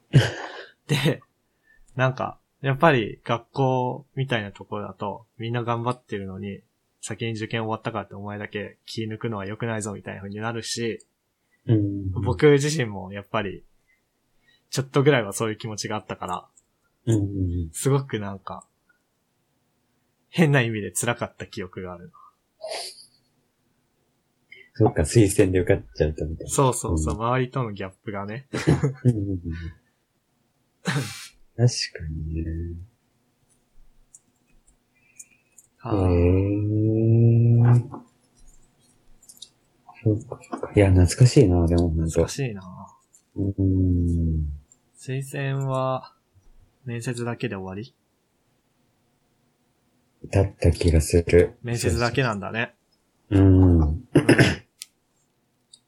Speaker 1: で、なんか、やっぱり学校みたいなところだと、みんな頑張ってるのに、先に受験終わったからってお前だけ気抜くのは良くないぞ、みたいな風になるし、
Speaker 2: うん。
Speaker 1: 僕自身もやっぱり、ちょっとぐらいはそういう気持ちがあったから、
Speaker 2: うんうん
Speaker 1: すごくなんか、変な意味で辛かった記憶がある。
Speaker 2: そうか、推薦で受かっちゃうとみたい
Speaker 1: そうそうそう、
Speaker 2: うん
Speaker 1: 周りとのギャップがね。
Speaker 2: な。うんうんうん。確かにね。へ
Speaker 1: あー
Speaker 2: えー。そっかそっか。いや、懐かしいな、でも、なん
Speaker 1: 難
Speaker 2: か。
Speaker 1: しいな
Speaker 2: うん。
Speaker 1: 推薦は、面接だけで終わり
Speaker 2: だった気がする。
Speaker 1: 面接だけなんだね。
Speaker 2: うん。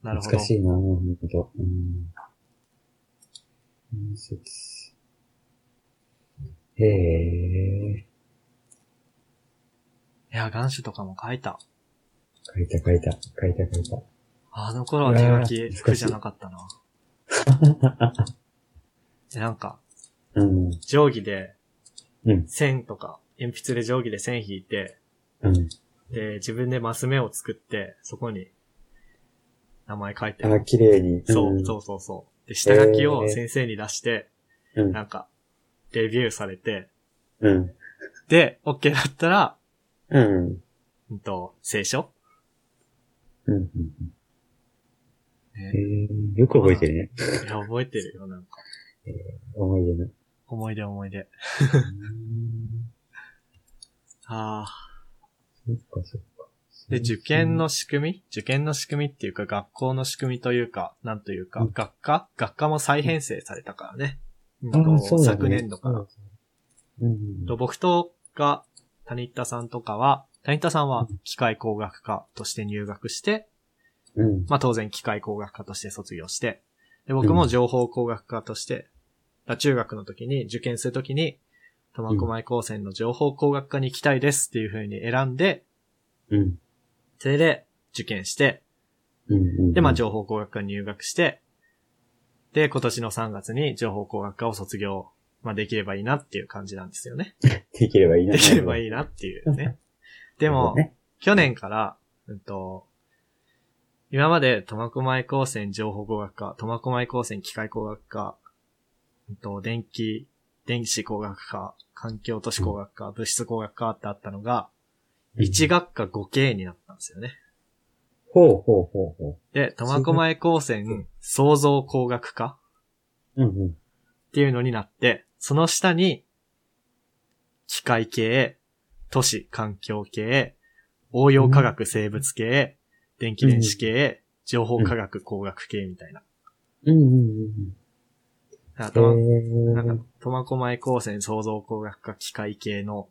Speaker 1: なるほど
Speaker 2: 難。しいな、ほんと。うん。面接。へえ。
Speaker 1: いや、願書とかも書いた。
Speaker 2: 書いた書いた、書いた書いた。
Speaker 1: あの頃は手書
Speaker 2: うわー
Speaker 1: き
Speaker 2: 懐か
Speaker 1: 苦
Speaker 2: し
Speaker 1: じ
Speaker 2: い
Speaker 1: ゃなかったな。 でなんか、
Speaker 2: うん。
Speaker 1: 定規で
Speaker 2: うん、
Speaker 1: 線とか、鉛筆で定規で線引いて、
Speaker 2: うん。
Speaker 1: で、自分でマス目を作って、そこに、名前書いて。
Speaker 2: あ、綺麗に。
Speaker 1: そう、そうそうそう。で、下書きを先生に出して、
Speaker 2: うん。
Speaker 1: なんか、レビューされて、
Speaker 2: うん。
Speaker 1: で、OK だったら、
Speaker 2: うん。うん。
Speaker 1: うんと、聖書
Speaker 2: うん。
Speaker 1: ね
Speaker 2: えー、よく覚えてるね。
Speaker 1: いや、覚えてるよ、なんか。
Speaker 2: 思い 出の。
Speaker 1: 思い出思い出。ああ。
Speaker 2: そっかそっか。
Speaker 1: で、受験の仕組み受験の仕組みっていうか、学校の仕組みというか、なんというか、
Speaker 2: うん
Speaker 1: 学科学科も再編成されたからね。うん
Speaker 2: あ
Speaker 1: と
Speaker 2: ー、そうだね。
Speaker 1: 昨年度から。
Speaker 2: うん。
Speaker 1: と僕とか、谷田さんとかは、谷田さんは機械工学科として入学して、
Speaker 2: うん。
Speaker 1: まあ当然機械工学科として卒業して、で、僕も情報工学科として、だ中学の時に受験する時に、苫小牧高専の情報工学科に行きたいですっていう風に選んで、
Speaker 2: うん。
Speaker 1: それで受験して、
Speaker 2: うん。うん
Speaker 1: で、まあ、情報工学科に入学して、で、今年の3月に情報工学科を卒業、まあ、できればいいなっていう感じなんですよね。
Speaker 2: できればいいな。
Speaker 1: できればい
Speaker 2: い。
Speaker 1: いなっていうね。でも、
Speaker 2: ね、
Speaker 1: 去年から、うんと、今まで苫小牧高専情報工学科、苫小牧高専機械工学科、うんと、電気、電子工学科、環境都市工学科、物質工学科ってあったのが、1学科 5K になったんですよね。
Speaker 2: ほうほうほうほ
Speaker 1: で、苫小牧高専創造工学科
Speaker 2: う。うんうん。
Speaker 1: っていうのになって、その下に、機械系、都市環境系、応用科学生物系、電気電子系、情報科学工学系みたいな。
Speaker 2: うんうん
Speaker 1: あ
Speaker 2: う
Speaker 1: と、
Speaker 2: ん。
Speaker 1: なん
Speaker 2: え
Speaker 1: か、苫小牧高専創造工学科機械系の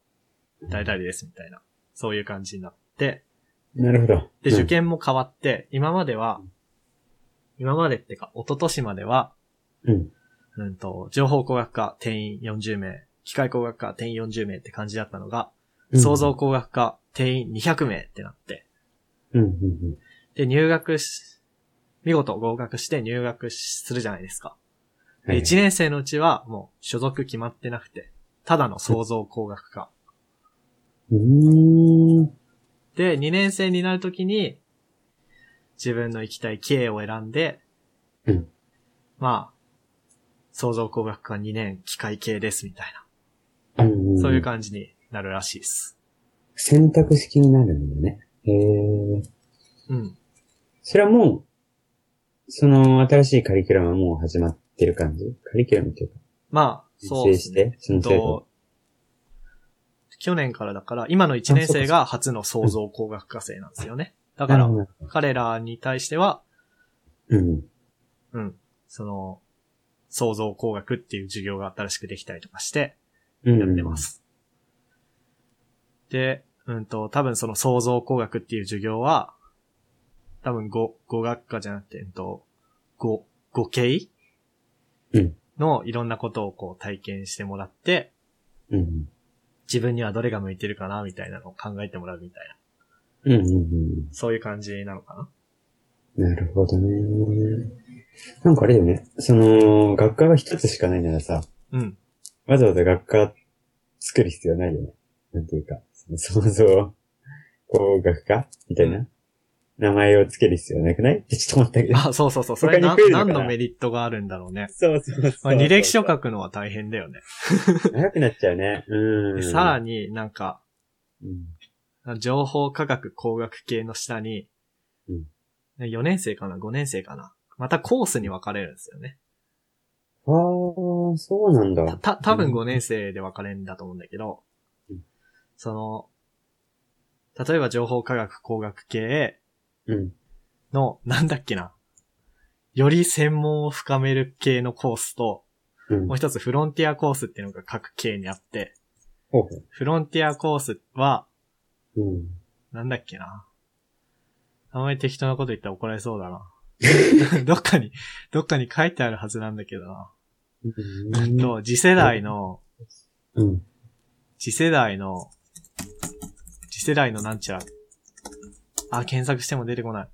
Speaker 1: 誰々ですみたいな。そういう感じになって、
Speaker 2: ー、なるほど。
Speaker 1: で、
Speaker 2: うん
Speaker 1: 受。験も変わって、今までは、今までってか、一昨年までは、
Speaker 2: うん。
Speaker 1: うんと、情報工学科定員40名、機械工学科定員40名って感じだったのが、
Speaker 2: うん
Speaker 1: 創造。工学科定員200名ってなって、
Speaker 2: うんうんうん。
Speaker 1: で、入学し、見事合格して入学するじゃないですか。で、
Speaker 2: はい
Speaker 1: 1年生のうちはもう所属決まってなくて、ただの創造工学科。
Speaker 2: うーん。
Speaker 1: で、2年生になるときに、自分の行きたい系を選んで、
Speaker 2: うん
Speaker 1: まあ、創造工学科2年機械系ですみたい
Speaker 2: うんん
Speaker 1: な、そういう感じになるらしいです。
Speaker 2: 選択式になるんだね。へえ。
Speaker 1: うん。
Speaker 2: それはもう、その新しいカリキュラムはもう始まってる感じカリキュラムっていうか、
Speaker 1: まあ、
Speaker 2: 申
Speaker 1: そうで
Speaker 2: 請
Speaker 1: す
Speaker 2: し
Speaker 1: ね。
Speaker 2: て、その制度。
Speaker 1: と去年からだから、今の1年生が初の創造工学科生なんですよね。だか
Speaker 2: なる
Speaker 1: ら
Speaker 2: ほ、ど。
Speaker 1: 彼らに対しては、
Speaker 2: うん。
Speaker 1: うん、その、創造工学っていう授業が新しくできたりとかして、
Speaker 2: うん。
Speaker 1: やってま。す。で、うんと、多分その創造工学っていう授業は、多分5、5学科じゃなくて、うんと、5、5系
Speaker 2: うん
Speaker 1: のいろんなことをこう体験してもらって、
Speaker 2: うん。
Speaker 1: 自分にはどれが向いてるかな、みたいなのを考えてもらうみたいな。
Speaker 2: うんうんうん。
Speaker 1: そういう感じなのかな
Speaker 2: なるほどね。なんかあれだよね。その、学科が一つしかないならさ、
Speaker 1: うん。
Speaker 2: わざわざ学科作る必要ないよね。なんていうか、その想像、こう、学科みたいな、
Speaker 1: う
Speaker 2: 名前をつける必要なくないってちょっと思ったけど。
Speaker 1: あ、そうそうそう。それ
Speaker 2: 他
Speaker 1: な
Speaker 2: に来るのか
Speaker 1: 何
Speaker 2: な
Speaker 1: のメリットがあるんだろうね。
Speaker 2: そうそうそう
Speaker 1: まあ履歴書書くのは大変だよね。
Speaker 2: 長くなっちゃうね。う
Speaker 1: で
Speaker 2: ん。
Speaker 1: さら
Speaker 2: に。
Speaker 1: になんか、情報科学工学系の下に、
Speaker 2: うん
Speaker 1: 4年生かな ?5 年生かなまたコースに分かれるんですよね。
Speaker 2: ああ、そうなんだ。
Speaker 1: た、た、多分
Speaker 2: うん
Speaker 1: 5年生で分かれるんだと思うんだけど
Speaker 2: うん、
Speaker 1: その、例えば情報科学工学系
Speaker 2: うん。
Speaker 1: の、なんだっけな。より専門を深める系のコースと、
Speaker 2: うん
Speaker 1: もう。一つフロンティアコースっていうのが各系にあって、
Speaker 2: ほうほ
Speaker 1: フロンティアコースは、
Speaker 2: う。うん。
Speaker 1: なんだっけな。あんまり適当なこと言ったら怒られそうだな。どっかに、どっかに書いてあるはずなんだけどな。と、次世代の、
Speaker 2: うん。
Speaker 1: 次世代の、次世代のなんちゃら。あ、検索しても出てこない。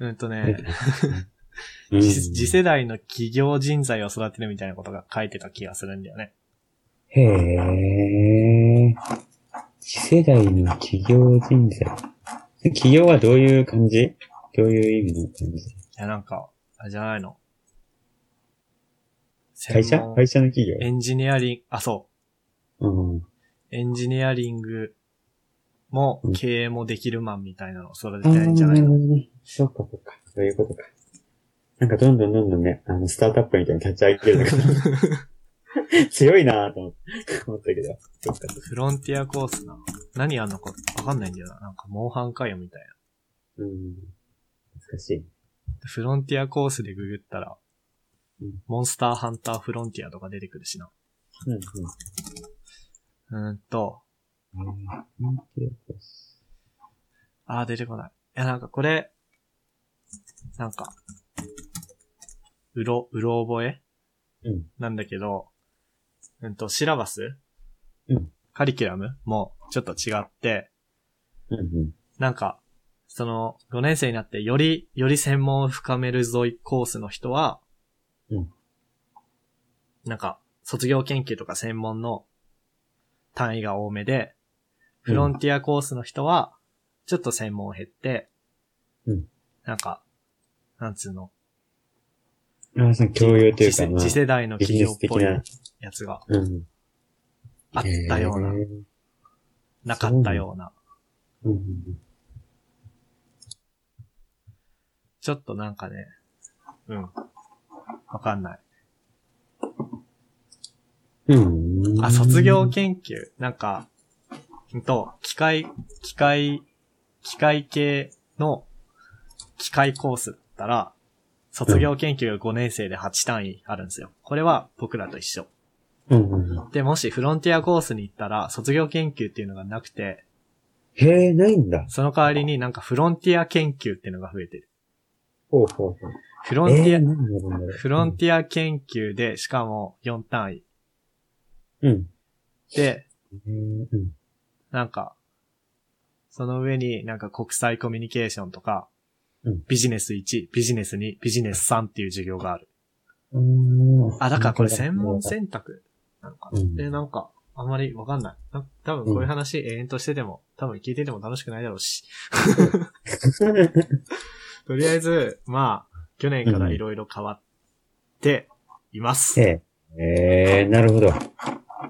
Speaker 1: うんとね、
Speaker 2: うん
Speaker 1: じ次世代の企業人材を育てるみたいなことが書いてた気がするんだよね。
Speaker 2: へえ。次世代の企業人材。企業はどういう感じどういう意味の感じ
Speaker 1: いや、なんか、あれじゃないの。
Speaker 2: 会社
Speaker 1: 専門
Speaker 2: 会社の企業
Speaker 1: エンジニアリング、あ、そう。
Speaker 2: うん。
Speaker 1: エンジニアリングも経営もできるマンみたいなのを育てたいんじゃないの
Speaker 2: あーるほどね。そうか、そうか。そういうことか。なんかどんどんどんどんね、あの、スタートアップみたいに立ち上げるのが 強いなぁと思った思ったけど。そっか。
Speaker 1: フロンティアコースな。何やんのかわかんないんだよな。なんか、モンハンかよみたいな。
Speaker 2: うん。難しい。
Speaker 1: フロンティアコースでググったら
Speaker 2: うん、
Speaker 1: モンスターハンターフロンティアとか出てくるしな。
Speaker 2: うん、う
Speaker 1: う
Speaker 2: ん。
Speaker 1: ーんと、あー、出てこない。いや、なんかこれ、なんか、うろ、うろ覚え
Speaker 2: うん。
Speaker 1: なんだけど、うんと、シラバス
Speaker 2: うん
Speaker 1: カリキュラムもちょっと違って、
Speaker 2: うんうん。
Speaker 1: なんか、その、5年生になって、より、より専門を深めるぞいコースの人は、
Speaker 2: うん
Speaker 1: なんか、卒業研究とか専門の単位が多めで、フロンティアコースの人は、ちょっと専門減って、
Speaker 2: うん
Speaker 1: なんか、なんつうの、
Speaker 2: ああ、その教養とい
Speaker 1: 次
Speaker 2: うか、
Speaker 1: 世
Speaker 2: まあ、
Speaker 1: 次世代の
Speaker 2: ビジ
Speaker 1: 企
Speaker 2: ネ
Speaker 1: 業っ
Speaker 2: ス的
Speaker 1: ぽい
Speaker 2: な。
Speaker 1: やつが
Speaker 2: うん。
Speaker 1: あったような
Speaker 2: へー。
Speaker 1: なかったような、
Speaker 2: うんうん
Speaker 1: ちょっとなんかね、うん。わかんない。
Speaker 2: うん。うん。
Speaker 1: あ、卒業研究。なんか、うんと、機械、機械、機械系の機械コースだったら、卒業研究が5年生で8単位あるんですよ。これは僕らと一緒。
Speaker 2: うんうんうん。
Speaker 1: で、もしフロンティアコースに行ったら、卒業研究っていうのがなくて、
Speaker 2: へえ、ないんだ。
Speaker 1: その代わりになんかフロンティア研究っていうのが増えてる。
Speaker 2: ほうほう
Speaker 1: フ
Speaker 2: ほ
Speaker 1: ロ
Speaker 2: う。
Speaker 1: ンテ
Speaker 2: え
Speaker 1: ィ
Speaker 2: ー、な
Speaker 1: ア、
Speaker 2: んだろうなんだろう
Speaker 1: フロンティア研究で、しかも4単位。
Speaker 2: うん。
Speaker 1: で、
Speaker 2: うん。うん
Speaker 1: なんか、その上になんか国際コミュニケーションとか、
Speaker 2: うん
Speaker 1: ビジネス1、ビジネス2、ビジネス3っていう授業がある。
Speaker 2: うん。
Speaker 1: あ、だからこれ専門選択なのかな、
Speaker 2: うん
Speaker 1: で、なんか、あんまりわかんない。な多分こういう話永遠としてても、多分聞いてても楽しくないだろう し。とりあえず、まあ、去年からいろいろ変わっています。
Speaker 2: ええ、えーなるほど。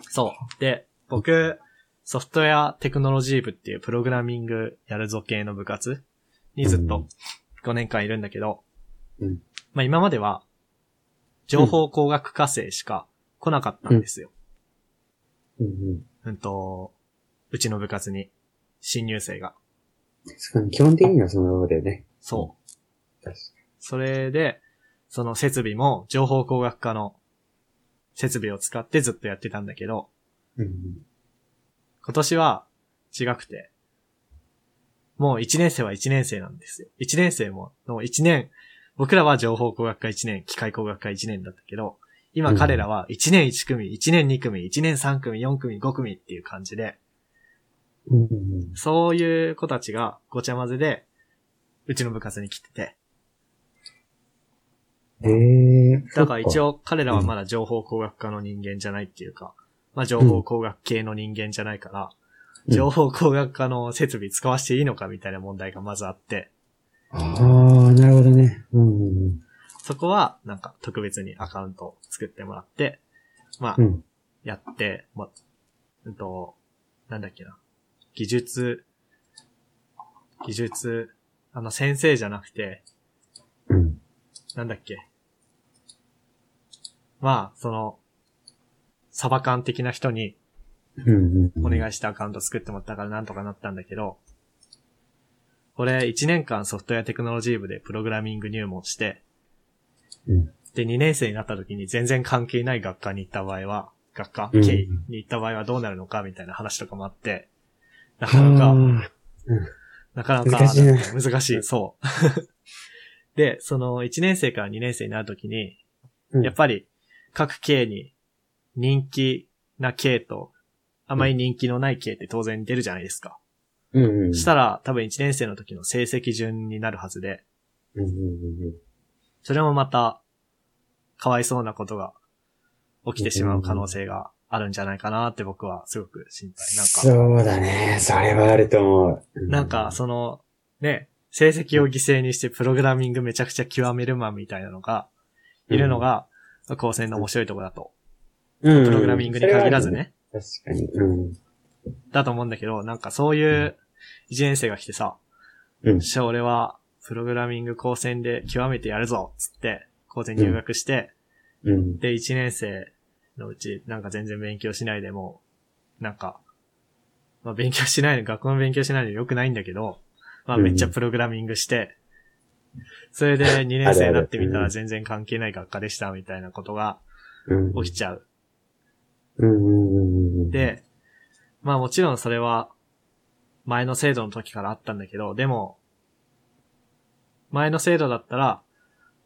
Speaker 1: そう。で、僕、ソフトウェアテクノロジー部っていうプログラミングやるぞ系の部活にずっ
Speaker 2: う
Speaker 1: と
Speaker 2: ん
Speaker 1: 5年間いるんだけど、
Speaker 2: うん
Speaker 1: まあ今までは情報工学科生しか来なかったんですよ。
Speaker 2: うんうん。
Speaker 1: うん、と、うちの部活に新入生が。
Speaker 2: そう基本的にはそのままだよね。。
Speaker 1: そううんそれで、その設備も情報工学科の設備を使ってずっとやってたんだけど、
Speaker 2: うん。
Speaker 1: 今年は違くて、もう1年生は1年生なんですよ。1年生も、の1年、僕らは情報工学科1年、機械工学科1年だったけど、今彼らは1年1組、1年2組、1年3組、4組、5組っていう感じで、
Speaker 2: うんうん
Speaker 1: そういう子たちがごちゃ混ぜで、うちの部活に来てて、
Speaker 2: うん。ええ。
Speaker 1: だから一
Speaker 2: 応。
Speaker 1: 応彼らはまだ情報工学科の人間じゃないっていうか、まあ情報工学系の人間じゃないから、
Speaker 2: うん
Speaker 1: 情報工学科の設備使わせていいのかみたいな問題がまずあって、
Speaker 2: ああ、なるほどね。うんうんうん。
Speaker 1: そこは、なんか特別にアカウントを作ってもらって、まあ
Speaker 2: う、ん。
Speaker 1: やって、まあ、うんと、なんだっけな。技術、技術、あの、先生じゃなくて、
Speaker 2: うん。
Speaker 1: なんだっけ。まあ、その、サバ缶的な人に
Speaker 2: うん。うん。
Speaker 1: お
Speaker 2: い。
Speaker 1: 願いしてアカウント作ってもらったからなんとかなったんだけど、俺1年間ソフトウェアテクノロジー部でプログラミング入門して、
Speaker 2: うん
Speaker 1: で2年生になった時に全然関係ない学科に行った場合は、学科、
Speaker 2: うん
Speaker 1: 経緯に行った場合はどうなるのかみたいな話とかもあって、なかなか、
Speaker 2: ああ。
Speaker 1: なかなか
Speaker 2: 難しいね
Speaker 1: 難しい、そう。 で、その1年生から2年生になるときに、
Speaker 2: うん
Speaker 1: やっぱり各系に人気な系と、あまり人気のない系って当然出るじゃないですか。
Speaker 2: うんうん。
Speaker 1: したら多分1年生の時の成績順になるはずで、
Speaker 2: うんうんうんうん。
Speaker 1: それもまた、かわいそうなことが起きてしまう可能性があるんじゃないかなって僕はすごく心配。なんか、
Speaker 2: そうだね。それはあると思う。
Speaker 1: なんか、その、ね、成績を犠牲にしてプログラミングめちゃくちゃ極めるマンみたいなのが、いるのが、高専の面白いとこだと。
Speaker 2: うん、うん
Speaker 1: プログラミングに限らず。ね。
Speaker 2: それはあるね確かに。うん。
Speaker 1: だと思うんだけど、なんかそういう1年生が来てさ、
Speaker 2: うん
Speaker 1: よっしゃ俺はプログラミング高専で極めてやるぞっつって、高専入学して、
Speaker 2: うん。
Speaker 1: で、1年生のうち、なんか全然勉強しないでもう、なんか、まあ勉強しないの、学校の勉強しないの良くないんだけど、まあめっちゃプログラミングして、それで2年生になってみたら全然関係ない学科でしたみたいなことが
Speaker 2: うん。
Speaker 1: 起きちゃう。
Speaker 2: うんうんうんうん。
Speaker 1: で、まあもちろんそれは前の制度の時からあったんだけど、でも、前の制度だったら、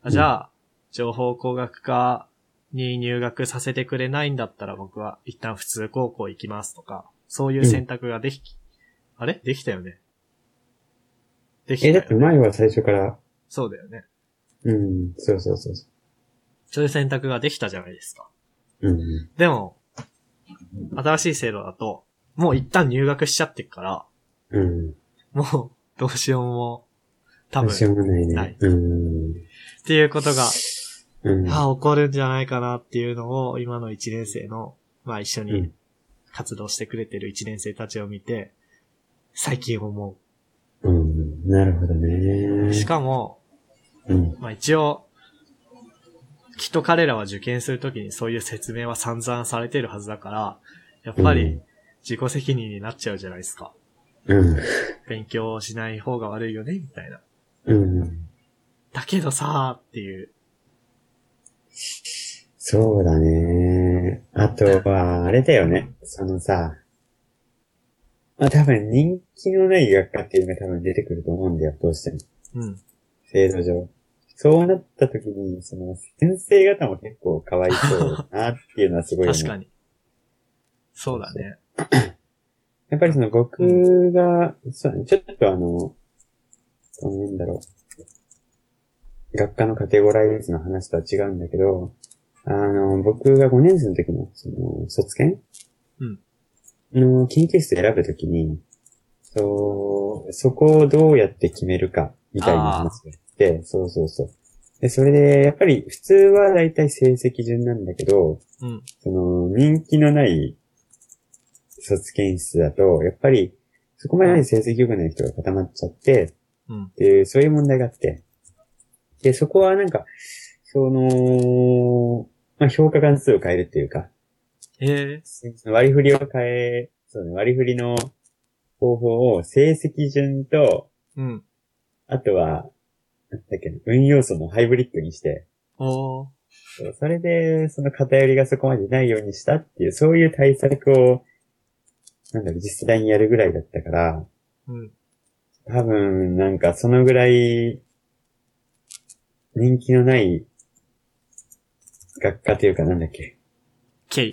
Speaker 1: あじゃあ、情報工学科に入学させてくれないんだったら僕は一旦普通高校行きますとか、そういう選択ができ、あれできたよね。できた
Speaker 2: え、
Speaker 1: よ、
Speaker 2: だ
Speaker 1: ね。
Speaker 2: って前は最初から、
Speaker 1: そうだよね。
Speaker 2: うん、そうそうそうそ
Speaker 1: そういう選択ができたじゃないですか。
Speaker 2: う。うん。
Speaker 1: でも、新しい制度だと、もう一旦入学しちゃってっから、
Speaker 2: うん。
Speaker 1: もう、どうしようも、多分、
Speaker 2: どうし
Speaker 1: っ
Speaker 2: ようもないね。
Speaker 1: ない
Speaker 2: うん。
Speaker 1: ていうことが、
Speaker 2: うん。
Speaker 1: ああ、起こるんじゃないかなっていうのを、今の一年生の、まあ一緒
Speaker 2: う
Speaker 1: に
Speaker 2: ん。
Speaker 1: 活動してくれてる一年生たちを見て、最近思
Speaker 2: うん。なるほど
Speaker 1: う。
Speaker 2: ね。
Speaker 1: しかも、
Speaker 2: うん。
Speaker 1: まあ一応、きっと彼らは受験するときにそういう説明は散々されてるはずだから、やっぱり自己責任になっちゃうじゃないですか。
Speaker 2: うん。
Speaker 1: 勉強しない方が悪いよね、みたいな。
Speaker 2: うん。
Speaker 1: だけどさーっていう。
Speaker 2: そうだね。あとは、あれだよね。そのさ、まあ多分人気のない学科っていうのが多分出てくると思うんだよ、どうしても。
Speaker 1: うん。
Speaker 2: 制度上。そうなった時に、その、先生方も結構かわいそうだなっていうのはすごい、ね。
Speaker 1: 確かに。そうだね。
Speaker 2: やっぱりその僕が、そうちょっとあの、そのなんだろう。学科のカテゴライズの話とは違うんだけど、あの、僕が5年生の時の、その、卒検
Speaker 1: うん
Speaker 2: の研究室選ぶときに、そう、そこをどうやって決めるか、みたいな話があって、そうそうそう。で、それで、やっぱり普通はだいたい成績順なんだけど、
Speaker 1: うん。
Speaker 2: その、人気のない卒検室だと、やっぱり、そこまで成績良くない人が固まっちゃって、
Speaker 1: うん。
Speaker 2: っていう、そういう問題があって。で、そこはなんか、その、まあ、評価関数を変えるっていうか、
Speaker 1: え
Speaker 2: 割り振りを変え、そうね、割り振りの方法を成績順と、
Speaker 1: ー、うん。
Speaker 2: あとは、なんだっけな、運要素のハイブリッドにして、
Speaker 1: おー。
Speaker 2: そうそれで、その偏りがそこまでないようにしたっていう、そういう対策を、なんだろう、実際にやるぐらいだったから、
Speaker 1: うん。
Speaker 2: 多分、なんか、そのぐらい、人気のない、学科というか、なんだっけ。
Speaker 1: K。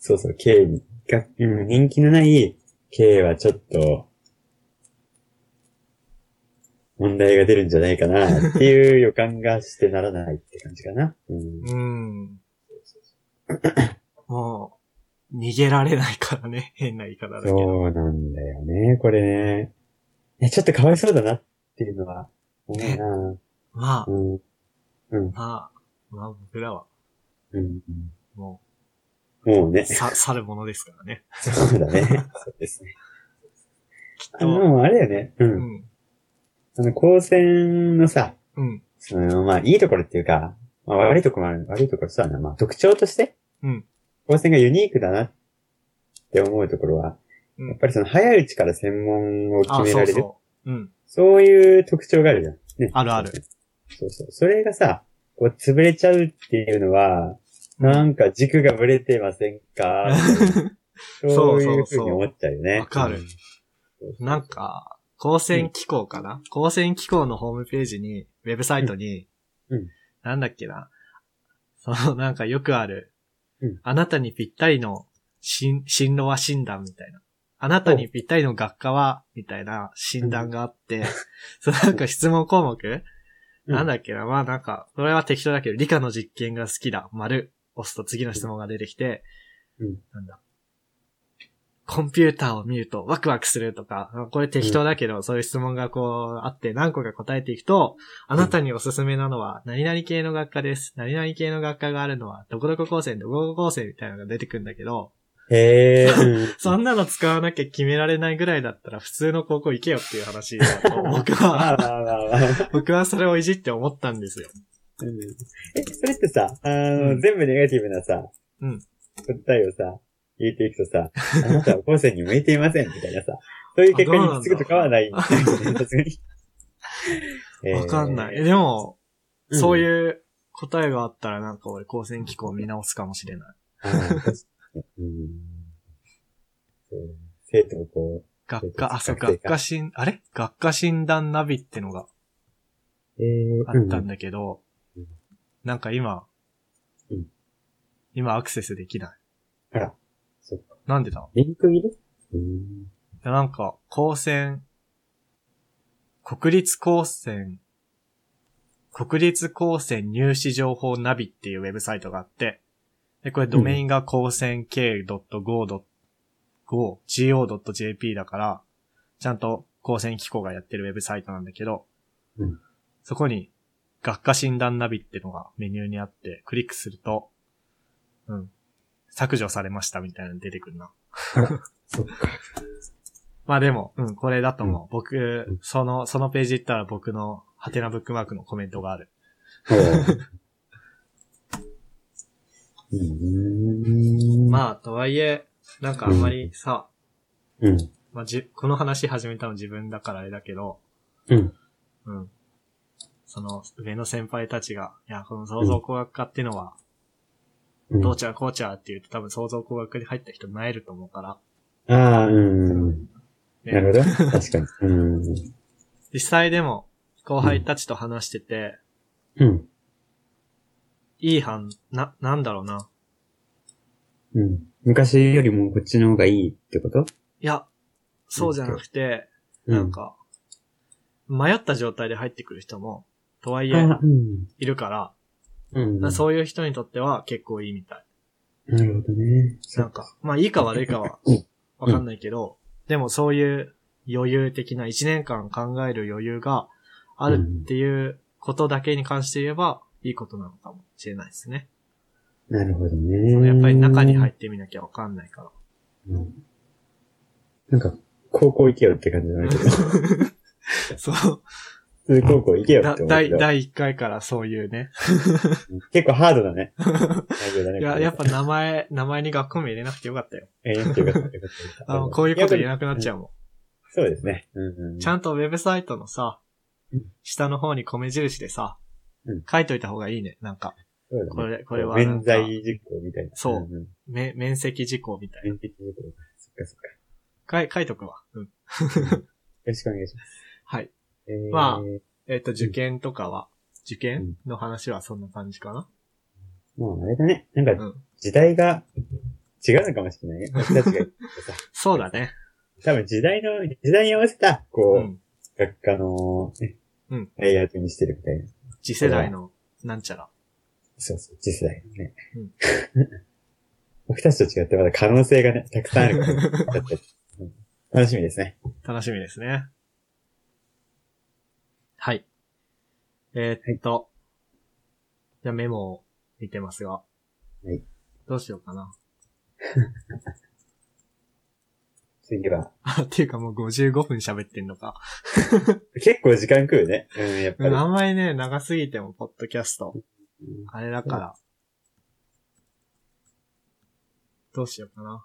Speaker 2: そうそう、経理。が、うん、人気のない経営はちょっと、問題が出るんじゃないかな、っていう予感がしてならないって感じかな。うん。
Speaker 1: うん。 もう、逃げられないからね。 変な言い方だけど。
Speaker 2: そうなんだよね、これね。ねちょっとかわいそうだなっていうのは、思うな。
Speaker 1: まあ、
Speaker 2: うん。うん。
Speaker 1: まあ、まあ僕らは、
Speaker 2: うん。
Speaker 1: も
Speaker 2: もうね
Speaker 1: う、。 さ、去るものですからね。
Speaker 2: そうだね。そうですね。
Speaker 1: きっ
Speaker 2: あ
Speaker 1: と。
Speaker 2: の、あれだよね。う。
Speaker 1: うんん。
Speaker 2: あの、高専のさ、
Speaker 1: うん。
Speaker 2: その、まあ、いいところっていうか、まあ、悪いところもある、悪いところそうだな。まあ、特徴として、
Speaker 1: うん。
Speaker 2: 高専がユニークだなって思うところは、
Speaker 1: うん
Speaker 2: やっぱりその、早いうちから専門を決
Speaker 1: あ、
Speaker 2: め
Speaker 1: そ
Speaker 2: ら
Speaker 1: う
Speaker 2: れる。そう
Speaker 1: そう。うん。
Speaker 2: いう特徴があるじゃん。ね。
Speaker 1: あるある。
Speaker 2: そうそう。それがさ、こう、潰れちゃうっていうのは、なんか軸がぶれてません かそういうふうに思っちゃうよね。
Speaker 1: わかる。なんか、高専機構かな、高専機構のホームページに、ウェブサイトに、
Speaker 2: うんうん
Speaker 1: なんだっけな。その、なんかよくある、
Speaker 2: うん
Speaker 1: あなたにぴったりの進、進路は診断みたいな。あなたにぴったりの学科は、みたいな診断があって、そのなんか質問項目、
Speaker 2: うん
Speaker 1: なんだっけな。まあなんか、これは適当だけど、理科の実験が好きだ。丸。押すと次の質問が出てきて、
Speaker 2: うん
Speaker 1: なんだ。コンピューターを見るとワクワクするとか、これ適当だけど、そういう質問がこうあって何個か答えていくと、あなたにおすすめなのは何々系の学科です。何々系の学科があるのはどこどこ高専、どこどこ高専みたいなのが出てくるんだけど、
Speaker 2: へ え。
Speaker 1: そんなの使わなきゃ決められないぐらいだったら普通の高校行けよっていう話だと僕
Speaker 2: あ
Speaker 1: は、
Speaker 2: ああ あああ
Speaker 1: 僕はそれをいじって思ったんですよ。
Speaker 2: うんえ、それってさ、あの、
Speaker 1: うん
Speaker 2: 全部ネガティブなさ、
Speaker 1: うん
Speaker 2: 答えをさ、入れていくとさ、あなたは後世に向いていません、みたいなさ、そういう結果に行き着くとかはないんだよね。さすがに。 えー
Speaker 1: わかんない。えでも、そう
Speaker 2: うん。
Speaker 1: いう答えがあったらなんか俺高専機構見直すかもしれない。
Speaker 2: あー確かにうんそう生徒をこ
Speaker 1: 学科、あ、そう、学科診、あれ学科診断ナビってのが
Speaker 2: う、えー、
Speaker 1: あった
Speaker 2: うん
Speaker 1: だけど、
Speaker 2: うん
Speaker 1: なんか今、
Speaker 2: うん
Speaker 1: 今アクセスできない。
Speaker 2: あら、そっか。
Speaker 1: なんでだろ
Speaker 2: リンク見るうーん。
Speaker 1: ういやなんか、高専、国立高専、国立高専入試情報ナビっていうウェブサイトがあって、で、これドメインが高専 k.go.go.jp だから、ちゃんと高専機構がやってるウェブサイトなんだけど、
Speaker 2: うん
Speaker 1: そこに学科診断ナビってのがメニューにあって、クリックすると、うん、削除されましたみたいなの出てくるな。
Speaker 2: そっか。
Speaker 1: まあでも、うん、これだと思う。僕
Speaker 2: ん、
Speaker 1: その、そのページ行ったら僕のハテナブックマークのコメントがある。
Speaker 2: ほう。うーん。
Speaker 1: まあ、とはいえ、なんかあんまりさ、
Speaker 2: うん。
Speaker 1: まあじ、この話始めたの自分だからあれだけど、
Speaker 2: うん。
Speaker 1: うん。その、上の先輩たちが、いや、この創造工学科っていうのは、
Speaker 2: うん
Speaker 1: どうちゃこうちゃって言うと多分創造工学科に入った人なえると思うから、
Speaker 2: ああ、うん。
Speaker 1: ね
Speaker 2: なるほど。確かに。うん。
Speaker 1: 実際でも、後輩たちと話してて、
Speaker 2: うん。
Speaker 1: いい反、な、なんだろうな。
Speaker 2: うん。昔よりもこっちの方がいいってこと
Speaker 1: いや、そうじゃなくて、
Speaker 2: う
Speaker 1: なん。か、迷った状態で入ってくる人も、とはいえ、
Speaker 2: あうん。
Speaker 1: いるから、
Speaker 2: うん。
Speaker 1: なそういう人にとっては結構いいみたい。
Speaker 2: なるほどね。
Speaker 1: なんか、まあいいか悪いかは
Speaker 2: うん、
Speaker 1: わかんないけど、でもそういう余裕的な、一年間考える余裕があるっていうことだけに関して言えば、いいことなのかもしれないですね。
Speaker 2: なるほど
Speaker 1: その
Speaker 2: ね。
Speaker 1: やっぱり中に入ってみなきゃわかんないから。
Speaker 2: うんなんか、高校行けよって感じ なんだけど。
Speaker 1: そう。
Speaker 2: 普通高校行けよ
Speaker 1: だ
Speaker 2: って思うけ
Speaker 1: 第、
Speaker 2: ど。
Speaker 1: 第1回からそういうね。
Speaker 2: 結構ハードだ ね。内容だね
Speaker 1: いや、やっぱ名前、名前に学校名入れなくてよかったよ。
Speaker 2: えーよかったよかったよかった
Speaker 1: あの、こういうこと言えなくなっちゃうもん。
Speaker 2: そうですね。うんうん。
Speaker 1: ちゃんとウェブサイトのさ
Speaker 2: うん、
Speaker 1: 下の方に米印でさ
Speaker 2: うん、
Speaker 1: 書いといた方がいいね。なんか、
Speaker 2: そうだね
Speaker 1: これ、これはなん
Speaker 2: 免
Speaker 1: か、
Speaker 2: 罪事項みたいな。
Speaker 1: そうん
Speaker 2: ん。
Speaker 1: め、面積事項みたい
Speaker 2: 免責事項か。そっかそっか。
Speaker 1: な。書い、書いとくわ。うん。
Speaker 2: よろしくお願いします。
Speaker 1: はい。
Speaker 2: えー
Speaker 1: まあえっと、受験とかは、受験の話はそんな感じかな。
Speaker 2: もうあれだね。なん
Speaker 1: う
Speaker 2: か
Speaker 1: ん、
Speaker 2: 時代が違うのかもし れないね。私たちが言ってたさ。
Speaker 1: そうだね。
Speaker 2: 多分時代の、時代に合わせた、
Speaker 1: う
Speaker 2: こう、
Speaker 1: ん。
Speaker 2: 学科の、ね
Speaker 1: うん、
Speaker 2: レイアウトにしてるみたいな。
Speaker 1: 次世代の、なんちゃら。
Speaker 2: そうそう、次世代のね
Speaker 1: うん。
Speaker 2: 僕たちと違ってまだ可能性がね、たくさんあるから、 だってうん楽しみですね。
Speaker 1: 楽しみですね。はい。えーっと、じゃあメモを見てますが。
Speaker 2: い
Speaker 1: どうしようかな。
Speaker 2: 次は。
Speaker 1: あ、 っていうかもう55分喋ってんのか。
Speaker 2: 結構時間食うね。うん、やっぱ
Speaker 1: う
Speaker 2: り
Speaker 1: ん、。あんまりね、長すぎても、ポッドキャスト、あれだから。どうしようかな。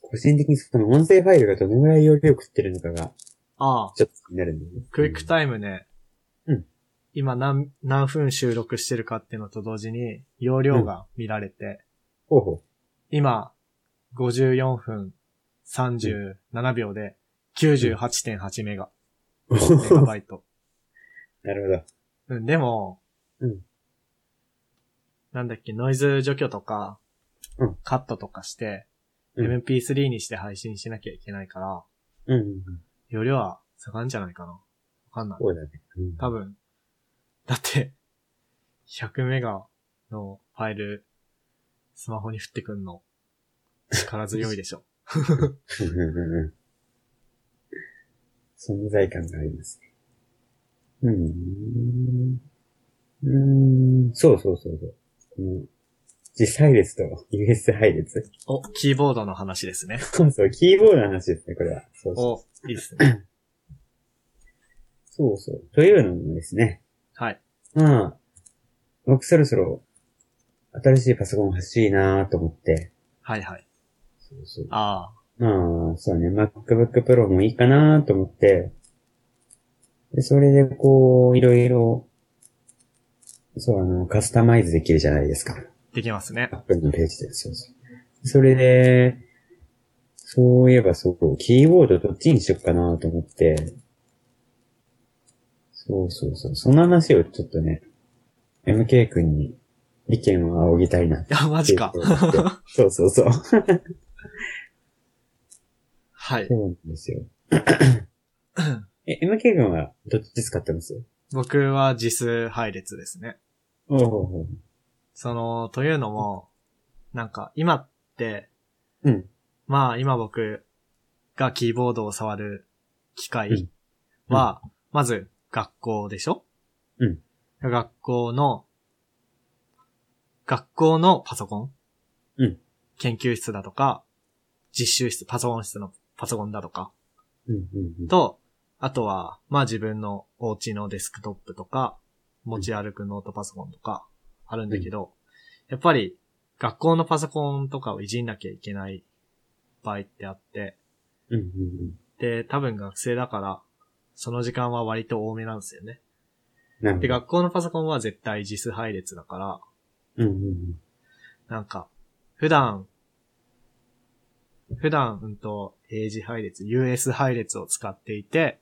Speaker 2: 個人的にその音声ファイルがどのぐらい容量食ってるのかが、
Speaker 1: ああ、
Speaker 2: ちょっと気になるんだよね。
Speaker 1: クイックタイムね。
Speaker 2: うん
Speaker 1: 今何、何分収録してるかっていうのと同時に、容量が見られて、
Speaker 2: ほう ほ
Speaker 1: 今、54分37秒で、98.8メガ、
Speaker 2: う。
Speaker 1: メガバイト。
Speaker 2: なるほど。
Speaker 1: うん、でも、
Speaker 2: うん
Speaker 1: なんだっけ、ノイズ除去とか、
Speaker 2: うん
Speaker 1: カットとかして、
Speaker 2: うん
Speaker 1: MP3 にして配信しなきゃいけないから、
Speaker 2: うんうんうん。
Speaker 1: 容量は下がるんじゃないかな。わかんない。
Speaker 2: そうだね。うん
Speaker 1: 多分。だって、100メガのファイル、スマホに降ってくんの、力強いでし ょ。
Speaker 2: うんうんうん 存在感がありますね。うーん。うーん、そうそうそうそう。この、実配列と US 配列。
Speaker 1: お、キーボードの話ですね。
Speaker 2: そうそう、キーボードの話ですね、これは。そうそう。
Speaker 1: お、いいですね。
Speaker 2: そうそうというのもですね。
Speaker 1: はい。
Speaker 2: まあ、僕そろそろ、新しいパソコン欲しいなと思って。
Speaker 1: はいはい。
Speaker 2: そうそう。
Speaker 1: あ
Speaker 2: まあ、そうね、MacBook Pro もいいかなと思って、で、それでこう、いろいろ、そう、あの、カスタマイズできるじゃないですか。
Speaker 1: あ、できますね。
Speaker 2: Apple のページで、そうそう。それで、そういえばそう、キーボードどっちにしよっかなと思って。そうそうそう。その話をちょっとね、MK 君に意見を仰ぎたいなって
Speaker 1: いや、マジか。
Speaker 2: そうそうそう。そ
Speaker 1: はい。
Speaker 2: うなんですよ。え、MK 君はどっち使ってます
Speaker 1: 僕は実数配列ですね。
Speaker 2: おお
Speaker 1: その、というのも、なんか、今って、
Speaker 2: うん。
Speaker 1: まあ、今僕がキーボードを触る機会は、まず学校でしょ
Speaker 2: うん。
Speaker 1: 学校の、学校のパソコン
Speaker 2: うん。
Speaker 1: 研究室だとか、実習室、パソコン室のパソコンだとか、
Speaker 2: うんうんうん。
Speaker 1: と、あとは、まあ自分のお家のデスクトップとか、持ち歩くノートパソコンとか、あるんだけど、やっぱり、学校のパソコンとかをいじんなきゃいけない場合ってあって、
Speaker 2: うんうんうん。
Speaker 1: で、多分学生だから、その時間は割と多めなんですよね。
Speaker 2: なるほ
Speaker 1: で、
Speaker 2: ど。
Speaker 1: 学校のパソコンは絶対実配列だから、
Speaker 2: うんうんうん。
Speaker 1: なんか、普段、普段、うんと、英字配列、US 配列を使っていて、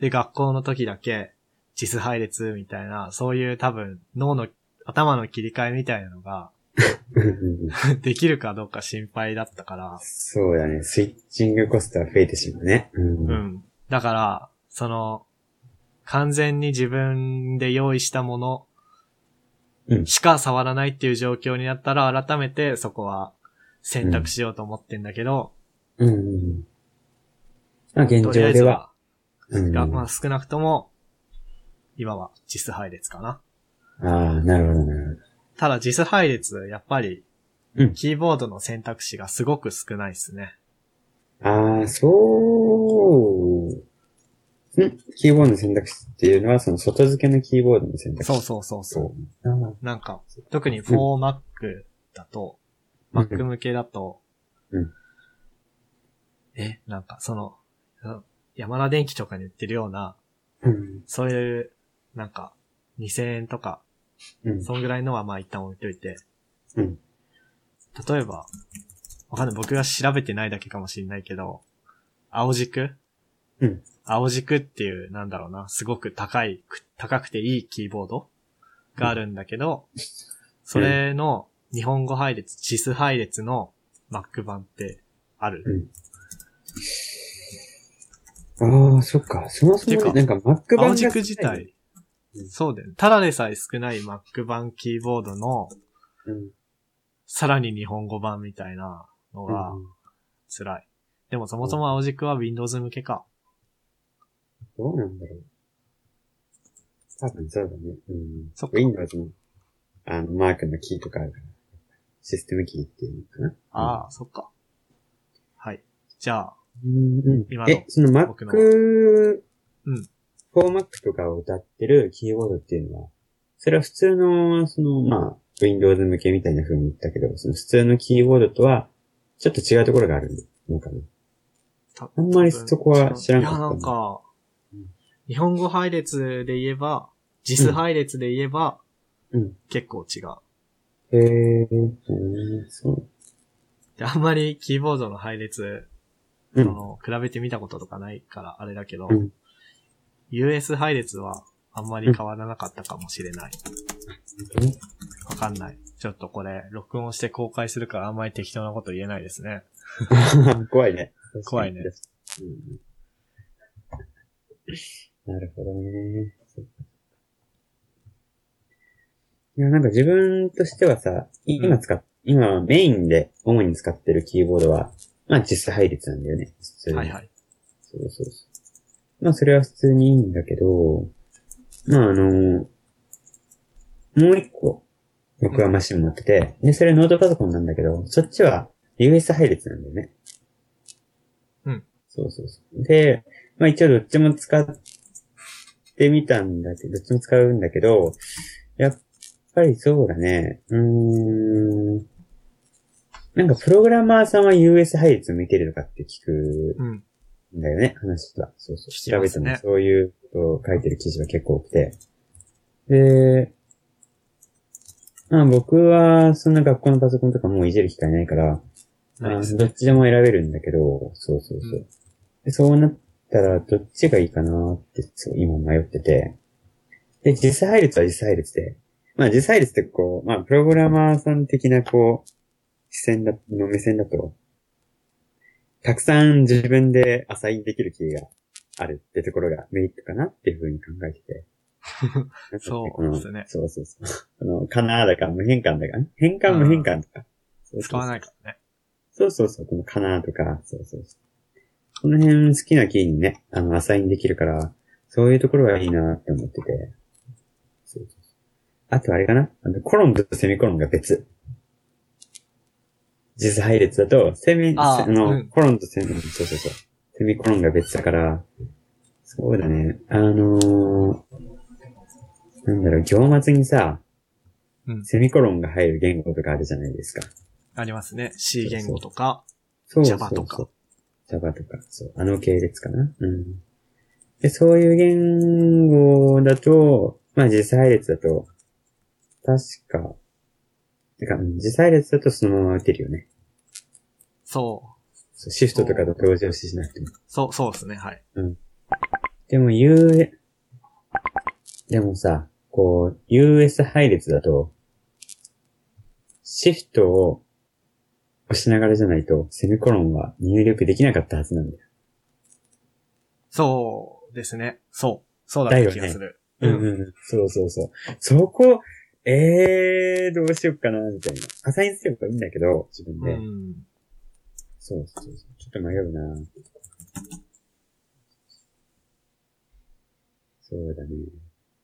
Speaker 1: で、学校の時だけ、JIS 配列みたいな、そういう多分、脳の、頭の切り替えみたいなのが、
Speaker 2: うんうんうん
Speaker 1: できるかどうか心配だったから、
Speaker 2: そうだね。スイッチングコストは増えてしまうね。うん。
Speaker 1: う
Speaker 2: うん
Speaker 1: ん。だから、その、完全に自分で用意したもの
Speaker 2: うん
Speaker 1: しか触らないっていう状況になったら、改めてそこは選択しようと思ってんだけど、
Speaker 2: うんうん。まあ、現
Speaker 1: と
Speaker 2: 状
Speaker 1: りあえ
Speaker 2: で
Speaker 1: ず
Speaker 2: は。
Speaker 1: は、
Speaker 2: うん
Speaker 1: が、まあ少なくとも、今は JIS 配列かな。
Speaker 2: ああ、なるほど、なる
Speaker 1: ただ JIS 配列、やっぱり
Speaker 2: うん、
Speaker 1: キーボードの選択肢がすごく少ないですね。
Speaker 2: ほど。ああ、そう。んキーボードの選択肢っていうのは、その外付けのキーボードの選択肢。
Speaker 1: そうそうそうそう。
Speaker 2: う。あ
Speaker 1: なんか、特に 4Mac だと、
Speaker 2: うん
Speaker 1: Mac 向けだと、
Speaker 2: うん
Speaker 1: え、なんかその、うん山田電機とかに売ってるような、
Speaker 2: あうん。
Speaker 1: そういう、なんか、2000円とか、
Speaker 2: うん。
Speaker 1: そんぐらいのはまあ一旦置いといて、
Speaker 2: うん。
Speaker 1: 例えば、わかんない。僕が調べてないだけかもしれないけど、青軸
Speaker 2: うん。
Speaker 1: 青軸っていう、なんだろうな、すごく高い、く高くていいキーボードがあるんだけど、それの日本語配列、シス配列の Mac 版ってある。
Speaker 2: ああ、そっか。そもそもね、なんか Mac 版が
Speaker 1: 青軸自体
Speaker 2: う、ん
Speaker 1: そうだよね。ただでさえ少ない Mac 版キーボードの、
Speaker 2: うん。
Speaker 1: さらに日本語版みたいなのが
Speaker 2: うん
Speaker 1: 辛い。でもそもそも青軸は Windows 向けか。
Speaker 2: どうなんだろう。多分そうだね。うん。
Speaker 1: そっか
Speaker 2: Windows の、あの、マークのキーとかあるから。システムキーっていうのかな。
Speaker 1: ああ、そっか。はい。じゃあ、
Speaker 2: うん。うん
Speaker 1: 今
Speaker 2: え
Speaker 1: の、
Speaker 2: その
Speaker 1: 僕
Speaker 2: Mac、
Speaker 1: の
Speaker 2: フ
Speaker 1: うん
Speaker 2: ォーマックとかを歌ってるキーボードっていうのは、それは普通の、その、まあ、Windows 向けみたいな風に言ったけど、その普通のキーボードとは、ちょっと違うところがあるのかな。
Speaker 1: た
Speaker 2: あんまりそこは知らんかった
Speaker 1: いや、なんか
Speaker 2: うん、
Speaker 1: 日本語配列で言えば、JIS 配列で言えば、
Speaker 2: うん
Speaker 1: 結構違う。
Speaker 2: へえ、うん、そう。
Speaker 1: で、あんまりキーボードの配列、
Speaker 2: う
Speaker 1: そ
Speaker 2: ん。
Speaker 1: の、比べてみたこととかないからあれだけど、
Speaker 2: うん
Speaker 1: US 配列はあんまり変わらなかったかもしれない。わかんない。ちょっとこれ、録音して公開するからあんまり適当なこと言えないですね。
Speaker 2: 怖いね。
Speaker 1: 怖いね
Speaker 2: うん。なるほどね。いや、なんか自分としてはさ、い
Speaker 1: うん
Speaker 2: 今使っ、今メインで主に使ってるキーボードは、まあ実配列なんだよね。普通に
Speaker 1: はいはい。
Speaker 2: そうそうそう。まあそれは普通にいいんだけど、まああの、もう一個、僕はマシン持ってて、で、それノートパソコンなんだけど、そっちは US 配列なんだよね。
Speaker 1: うん。
Speaker 2: そうそうそう。で、まあ一応どっちも使ってみたんだけど、どっちも使うんだけど、やっぱりそうだね、うーん。なんかプログラマーさんは US 配列向いてるのかって聞く
Speaker 1: うん。
Speaker 2: んだよね、話は。そうそう。
Speaker 1: 聞き
Speaker 2: 調
Speaker 1: ま
Speaker 2: べ
Speaker 1: す
Speaker 2: て
Speaker 1: ね
Speaker 2: もそういうことを書いてる記事が結構多くて。で、まあ僕はそんな学校のパソコンとかもういじる機会ないから、
Speaker 1: ないです
Speaker 2: あ
Speaker 1: ね。
Speaker 2: どっちでも選べるんだけど、そうそうそう。
Speaker 1: うん
Speaker 2: でそうなったら、どっちがいいかなって、そう今迷ってて。で、実際配列は実際配列で。まあ実際配列ってこう、まあプログラマーさん的なこう、視線だ、の目線だと、たくさん自分でアサインできるキーがあるってところがメリットかなっていうふうに考え てて。なんか
Speaker 1: そうですね
Speaker 2: このそう そうそう。あの、かなーだか無変換だか、変換無変換とか。そうそうそう
Speaker 1: 使わないからね。
Speaker 2: そうそうそう、このかなとか、そうそうそう。この辺好きなキーにね、あの、アサインできるから、そういうところがいいなって思ってて。そうそうそうあとあれかなあの、コロンとセミコロンが別。実配列だと、セミ、
Speaker 1: あー
Speaker 2: せの、
Speaker 1: うん
Speaker 2: コロンとセミ、そうそうそう。セミコロンが別だから、そうだね。あのー、なんだろう、行末にさ、
Speaker 1: うん
Speaker 2: セミコロンが入る言語とかあるじゃないですか。
Speaker 1: ありますね。C 言語とか。
Speaker 2: そうそう
Speaker 1: Java とか
Speaker 2: そう。Java とか、そう。あの系列かな。うん。で、そういう言語だと、まあ、実配列だと、確か、てか、うん実配列だとそのまま打てるよね。
Speaker 1: そう。
Speaker 2: そうシフトとかと同時押ししなくても。
Speaker 1: そう、そうですね。はい。
Speaker 2: でも、U、でもさ、こう、US 配列だと、シフトを押しながらじゃないと、セミコロンは入力できなかったはずなんだよ
Speaker 1: そうですね。そう。そうだった気がする。
Speaker 2: うんうん。そうそうそう。そこ、ええー、どうしよっかな、みたいな。アサインすればいいんだけど、自分
Speaker 1: う
Speaker 2: で。
Speaker 1: ん。
Speaker 2: そうそうそう。ちょっと迷うな。そうだね。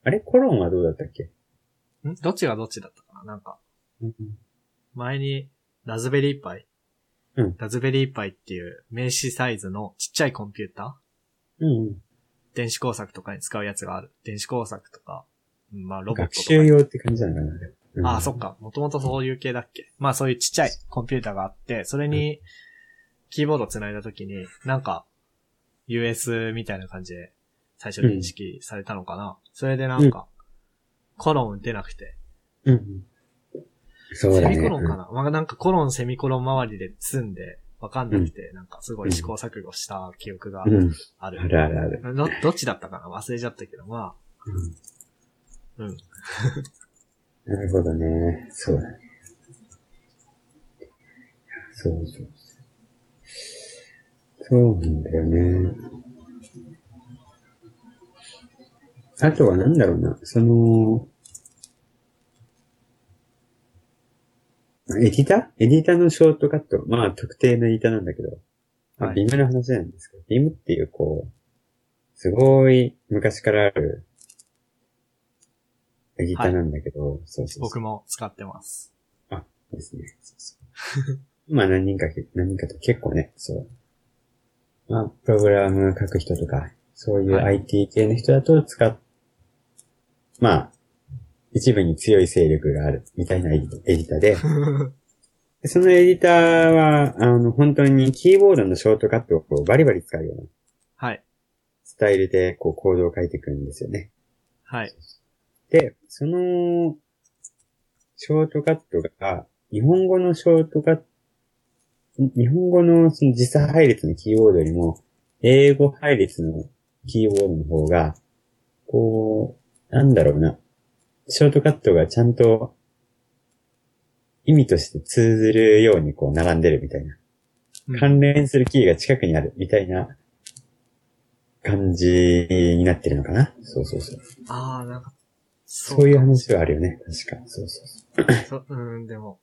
Speaker 2: あれコロンはどうだったっけ、
Speaker 1: んどっちがどっちだったかななんか、前に、ラズベリーパイ。
Speaker 2: うん
Speaker 1: ラズベリーパイっていう名刺サイズのちっちゃいコンピューター
Speaker 2: うんうん。
Speaker 1: 電子工作とかに使うやつがある。電子工作とか、うんまあロボット
Speaker 2: 学
Speaker 1: とか。
Speaker 2: 習用って感じなのかな、あれうん、
Speaker 1: ああ、そっか。もともとそういう系だっけ。まあそういうちっちゃいコンピューターがあって、それにキーボードつないだときに、なんか US みたいな感じで最初認識されたのかな。それでなんか、コロン打てなくて、
Speaker 2: うんうん。そう
Speaker 1: セ
Speaker 2: だね。
Speaker 1: ミコロンかな、まあなんかコロンセミコロン周りで積んで、わかんなくて、なんかすごい試行錯誤した記憶が
Speaker 2: うん。うん。
Speaker 1: ある。
Speaker 2: あるあるある。
Speaker 1: ど、どっちだったかな忘れちゃったけど、まあ、うん。
Speaker 2: なるほどね。そうだね。そうそうそう。そうなんだよね。あとはなんだろうな。その、エディターエディターのショートカット。まあ、特定のエディターなんだけど。まあ、
Speaker 1: はい
Speaker 2: ビームの話なんですけど、ビームっていうこう、すごい昔からあるエディターなんだけど、そうそうそう。
Speaker 1: 僕も使ってます。
Speaker 2: ですね。そうそう まあ何人かけ、何人かと結構ね、そう。まあ、プログラム書く人とか、そういう
Speaker 1: は
Speaker 2: IT 系の人だと使っ、まあ、一部に強い勢力があるみたいなエディタエディターで、でそのエディターは、あの、本当にキーボードのショートカットをこうバリバリ使うような
Speaker 1: はい。
Speaker 2: スタイルで、こう、コードを書いていくんですよね。
Speaker 1: はい。
Speaker 2: で、その、ショートカットが、日本語のショートカット、日本語のその時差配列のキーボードよりも、英語配列のキーボードの方が、こう、なんだろうな。ショートカットがちゃんと、意味として通ずるようにこう並んでるみたいな。
Speaker 1: うん
Speaker 2: 関連するキーが近くにあるみたいな感じになってるのかな。そうそうそう。
Speaker 1: ああ、なんか、そ
Speaker 2: そういう話はあるよね。確か。そうそうそう。
Speaker 1: そうん、でも、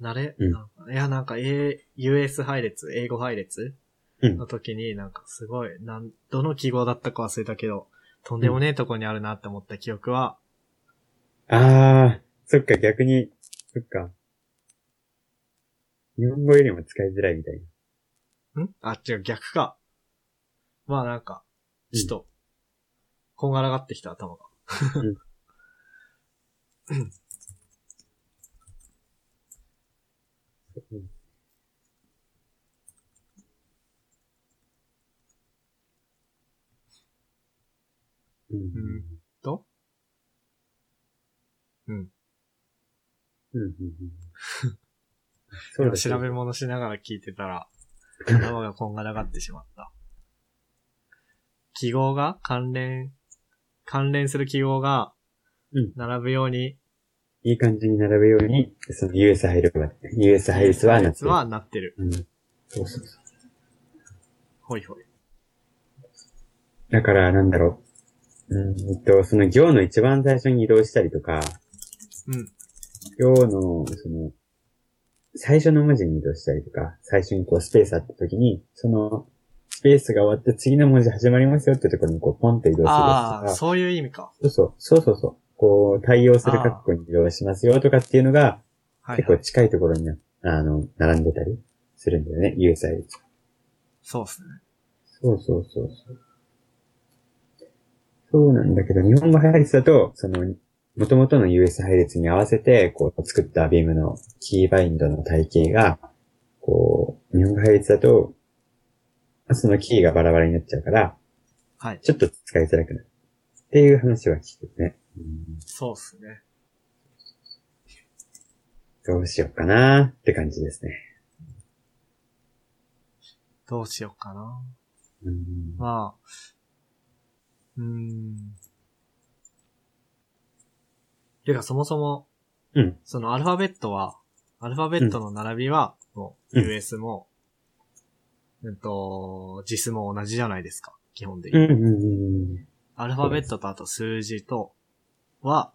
Speaker 1: 慣れ、
Speaker 2: うん
Speaker 1: なんかいや、なんか、A、US 配列、英語配列
Speaker 2: うん
Speaker 1: の時に、なんかすごい、なん、どの記号だったか忘れたけど、とんでもねえとこにあるなって思った記憶は、
Speaker 2: あー、そっか、逆に、そっか。日本語よりも使いづらいみたいな。
Speaker 1: んあ、違う、逆か。まあなんか、
Speaker 2: うん
Speaker 1: ちょっと、こんがらがってきた頭が。
Speaker 2: うん。
Speaker 1: う
Speaker 2: うん
Speaker 1: んとうん。
Speaker 2: うんうんうん。そうです
Speaker 1: 調べ物しながら聞いてた ら、頭がこんがらがってしまった。記号が関連、関連する記号が
Speaker 2: うん、
Speaker 1: 並ぶように、
Speaker 2: いい感じに並べように、その US 配列は、US 配列はなってる。
Speaker 1: はなってる。
Speaker 2: うん。そうそうそう。
Speaker 1: ほいほい。
Speaker 2: だから、なんだろう。うーんと、その行の一番最初に移動したりとか、
Speaker 1: うん。
Speaker 2: 行の、その、最初の文字に移動したりとか、最初にこうスペースあった時に、その、スペースが終わって次の文字始まりますよってところにこうポンって移動するやつと
Speaker 1: ああ、
Speaker 2: か
Speaker 1: そういう意味か。
Speaker 2: そうそう、そうそうそう。こう、対応する
Speaker 1: あー
Speaker 2: 括弧に移動しますよとかっていうのが、
Speaker 1: はい
Speaker 2: 結
Speaker 1: は
Speaker 2: 構
Speaker 1: い。
Speaker 2: 近いところにな、あの、並んでたりするんだよね、USI 列。
Speaker 1: そうっすね。
Speaker 2: そうそうそうそう。そうなんだけど、日本語配列だと、その、元々の US 配列に合わせて、こう、作ったビームのキーバインドの体系が、こう、日本語配列だと、そのキーがバラバラになっちゃうから、
Speaker 1: はい。
Speaker 2: ちょっと使いづらくなる。っていう話は聞くね。うん
Speaker 1: そうっすね。
Speaker 2: どうしようかなーって感じですね。
Speaker 1: どうしようかな。
Speaker 2: うん
Speaker 1: まあ、うーん。てか、そもそも、
Speaker 2: うん
Speaker 1: そのアルファベットは、アルファベットの並びは、もう、
Speaker 2: うん
Speaker 1: US も、うんと、JIS も同じじゃないですか、基本的
Speaker 2: う
Speaker 1: に。
Speaker 2: んうんうんうん。
Speaker 1: アルファベットとあと数字とは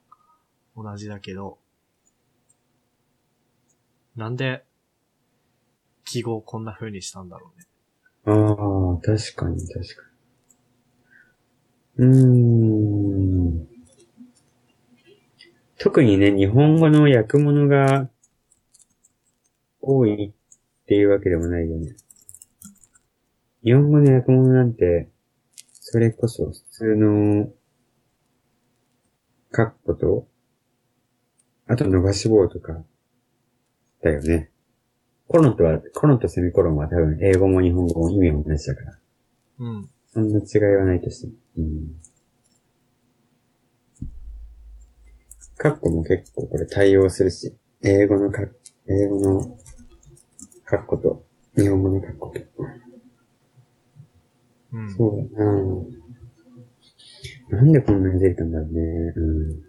Speaker 1: 同じだけど、なんで、記号をこんな風にしたんだろうね。
Speaker 2: ああ、確かに、確かに。うーん。特にね、日本語の訳物が多いっていうわけでもないよね。日本語の訳物なんて、それこそ普通の、カッコと、あと伸ばし棒とか、だよね。コロンとは、コロンとセミコロンは多分英語も日本語も意味は同じだから。
Speaker 1: うん。
Speaker 2: そんな違いはないとしても。うん。カッコも結構これ対応するし、英語のカッ、英語のカッコと、日本語のカッコと。
Speaker 1: うん。
Speaker 2: そうだなぁなんでこんなに出れたんだろうね。うん。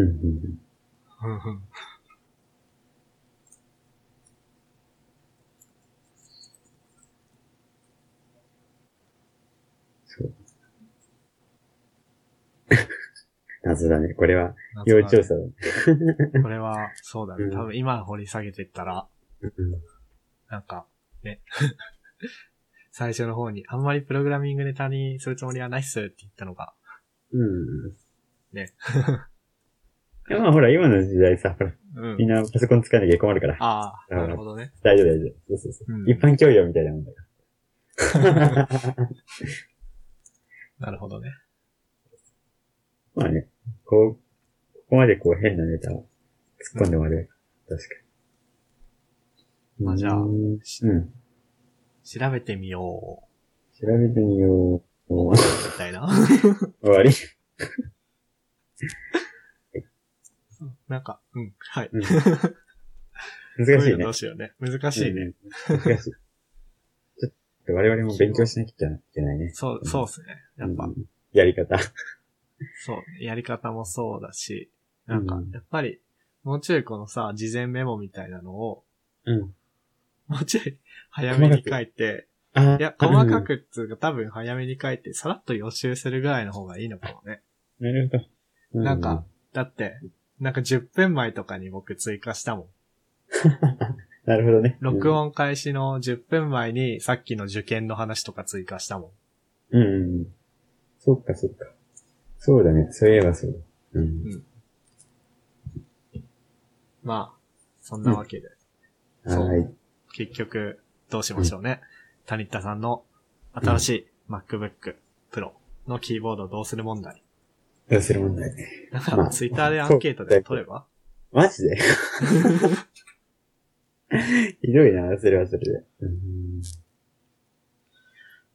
Speaker 2: うん、うん。そう。謎だね。これは、要調査だね。
Speaker 1: これは、そうだ
Speaker 2: う
Speaker 1: ね。
Speaker 2: ん
Speaker 1: 多分今掘り下げてったら、なんか、ね。 最初の方に、あんまりプログラミングネタにするつもりはないっすって言ったのが、
Speaker 2: うん。
Speaker 1: ね。
Speaker 2: いやまあほら、今の時代さ、ほら
Speaker 1: うん
Speaker 2: みん。なパソコン使わなきゃ困るから。
Speaker 1: ああ、なるほどね。
Speaker 2: 大丈夫、大丈夫。そうそうそう。
Speaker 1: うん
Speaker 2: 一般教養みたいなもんだ から。
Speaker 1: なるほどね。
Speaker 2: まあね、こう、ここまでこう変なネタを突っ込んでもあれ、確かに。
Speaker 1: まあじゃあ
Speaker 2: うん。
Speaker 1: し
Speaker 2: うん
Speaker 1: 調べてみよ
Speaker 2: 調べてみよう。も
Speaker 1: う、
Speaker 2: う
Speaker 1: みたいな。
Speaker 2: 終 わり。
Speaker 1: なんか、うん、はい。
Speaker 2: うん
Speaker 1: こう
Speaker 2: 難し
Speaker 1: う
Speaker 2: い
Speaker 1: の
Speaker 2: ね
Speaker 1: どう。しようね。難しいね。
Speaker 2: うん。難しい。ちょっと我々も勉強しなきゃいけないね。
Speaker 1: そう、そうっすね。やっぱ、
Speaker 2: うん。やり方。
Speaker 1: そう、やり方もそうだし、なん
Speaker 2: う
Speaker 1: か
Speaker 2: ん、
Speaker 1: やっぱり、もうちょいこのさ、事前メモみたいなのを、
Speaker 2: うん。
Speaker 1: もうちょい早めに書いて、
Speaker 2: あ
Speaker 1: いや、細か。くっつうか多分早めに書いて、さらっと予習するぐらいの方がいいのかもね。
Speaker 2: うんなるほど。う
Speaker 1: なんか、だって、なんか10分前とかに僕追加したもん。
Speaker 2: なるほどね。
Speaker 1: 録音開始の10分前にさっきの受験の話とか追加したも
Speaker 2: うん。うんうん。そっかそっか。そうだね。そういえばそうだ。うん
Speaker 1: ん。まあ、そんなわけで、そう
Speaker 2: はい。
Speaker 1: 結局、どうしましょうね。タニッタさんの新しい MacBook Pro のキーボードをどうする問題。
Speaker 2: どうする問題。
Speaker 1: なん
Speaker 2: ま
Speaker 1: か、
Speaker 2: あ
Speaker 1: ツイッターでアンケートで取れば
Speaker 2: マジで ひどいな、それはそれで。うん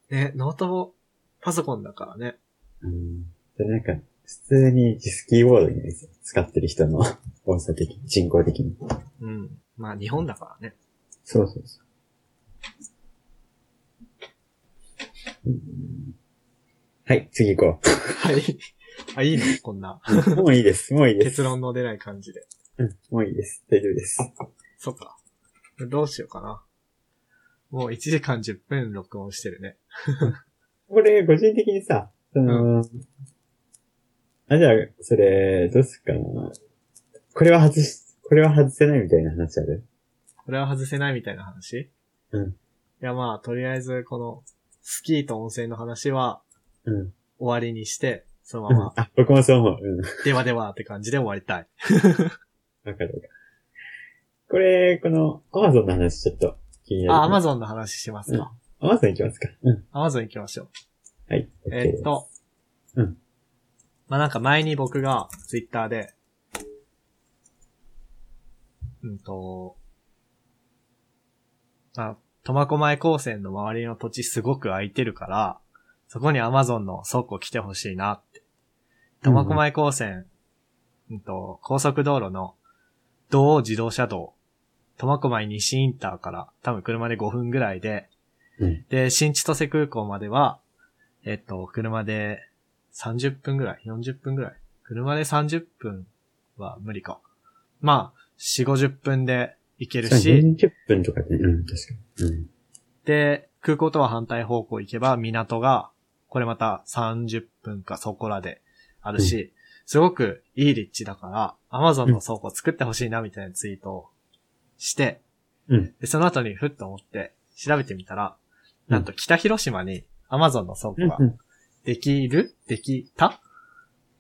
Speaker 1: ね、ノートもパソコンだからね。
Speaker 2: うん。それなんか、普通にディスキーボードに使ってる人の 多さ的、人口的に。
Speaker 1: うん。まあ日本だからね。
Speaker 2: そうそうそう。うんはい、次行こう
Speaker 1: はい。 あ、いいね、こんな。
Speaker 2: うん。もういいです、もういいです。
Speaker 1: 結論の出ない感じで。
Speaker 2: うん、もういいです。大丈夫です。
Speaker 1: そっか。どうしようかな。もう1時間10分録音してるね。
Speaker 2: これ、個人的にさ、その、あ、じゃあ、それ、どうすっかな。これは外し、これは外せないみたいな話ある
Speaker 1: これは外せないみたいな話
Speaker 2: うん
Speaker 1: いやまあ、とりあえずこの、スキーと温泉の話は
Speaker 2: うん。
Speaker 1: 終わりにして、そのまま、
Speaker 2: あ、僕もそう思う。うん。
Speaker 1: ではではって感じで終わり たい。
Speaker 2: わかるわかる。これ、この、アマゾンの話ちょっと気になる。
Speaker 1: あ、アマゾンの話しますか。
Speaker 2: アマゾン行きますか。うん。
Speaker 1: アマゾン行きましょう。
Speaker 2: はい。
Speaker 1: えーっ
Speaker 2: OK
Speaker 1: と。
Speaker 2: うん。
Speaker 1: まあ、なんか前に僕がツイッターで、うんと、あ、苫小牧高専の周りの土地すごく空いてるから、そこに Amazon の倉庫来てほしいなって。苫小牧高専、うんと、高速道路の道央自動車道、苫小牧西インターから多分車で5分ぐらいで、
Speaker 2: うん
Speaker 1: で、新千歳空港までは、えっと、車で30分ぐらい、40分ぐらい。車で30分は無理か。まあ、4、50分で行けるし、
Speaker 2: 30分とかで、うん、確かに。うん。
Speaker 1: で、空港とは反対方向行けば港が、これまた30分かそこらであるし、すごくいい立地だから、Amazon の倉庫作ってほしいなみたいなツイートをして、
Speaker 2: うん
Speaker 1: でその後にふっと思って調べてみたら、
Speaker 2: うん
Speaker 1: なんと北広島に Amazon の倉庫が
Speaker 2: うんうん。
Speaker 1: できる、できた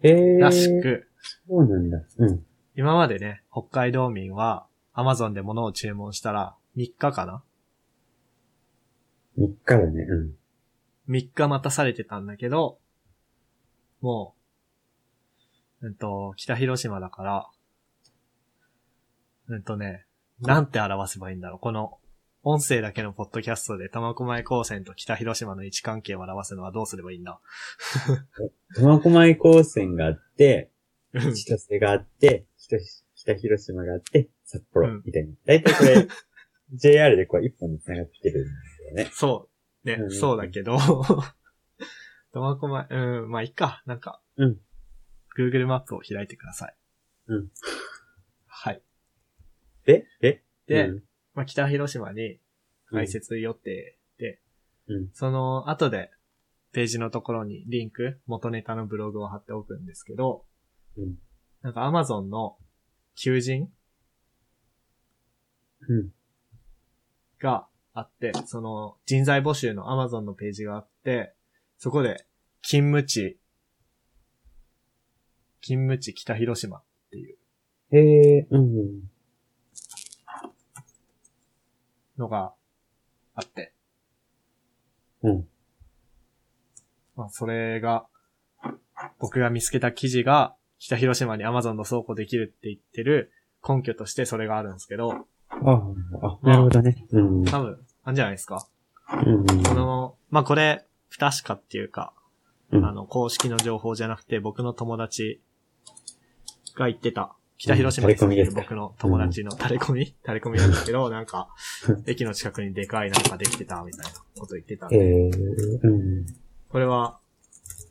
Speaker 2: えー。
Speaker 1: らしく、
Speaker 2: そうなんだ。うん。
Speaker 1: 今までね、北海道民は Amazon で物を注文したら3日かな
Speaker 2: 3日だね。うん。
Speaker 1: 3日待たされてたんだけど、もう、うんと、北広島だから、うんとね、なんて表せばいいんだろう。この、音声だけのポッドキャストで、玉小前高専と北広島の位置関係を表すのはどうすればいいんだ
Speaker 2: 苫小牧高専があって、千歳があって、北北広島があって、札
Speaker 1: う
Speaker 2: 幌
Speaker 1: ん
Speaker 2: みたいな。だいたいこ れ、JR でこう一本に繋がってるんだよね。
Speaker 1: そう。ね
Speaker 2: う、ん
Speaker 1: そうだけど、 玉小前、うん、まあ、いいか。なんか、
Speaker 2: うん。
Speaker 1: Google マップを開いてください。
Speaker 2: うん。
Speaker 1: はい。
Speaker 2: で、で、
Speaker 1: で
Speaker 2: うん
Speaker 1: まあ、北広島に開設予定で、
Speaker 2: うん
Speaker 1: その後でページのところにリンク、元ネタのブログを貼っておくんですけど、
Speaker 2: うん
Speaker 1: なんか Amazon の求人
Speaker 2: うん
Speaker 1: があって、その人材募集の Amazon のページがあって、そこで勤務地、勤務地北広島
Speaker 2: へえ、うんうん。
Speaker 1: のがあって、
Speaker 2: うん。
Speaker 1: まあ、それが、僕が見つけた記事が、北広島に Amazon の倉庫できるって言ってる根拠としてそれがあるんですけど、
Speaker 2: ああ、なるほどね。うん。うん。
Speaker 1: 多分、あんじゃないですか。この、まあ、これ、不確かっていうか、
Speaker 2: う
Speaker 1: あ
Speaker 2: ん
Speaker 1: の、公式の情報じゃなくて、僕の友達が言ってた、北広島に住んでる
Speaker 2: うん垂れ
Speaker 1: 僕の友達の垂れ込み、垂れ込みなんですけど、なんか、駅の近くにでかいなんかできてた、みたいなこと言ってたん
Speaker 2: え
Speaker 1: で、
Speaker 2: ー、うん。
Speaker 1: これは、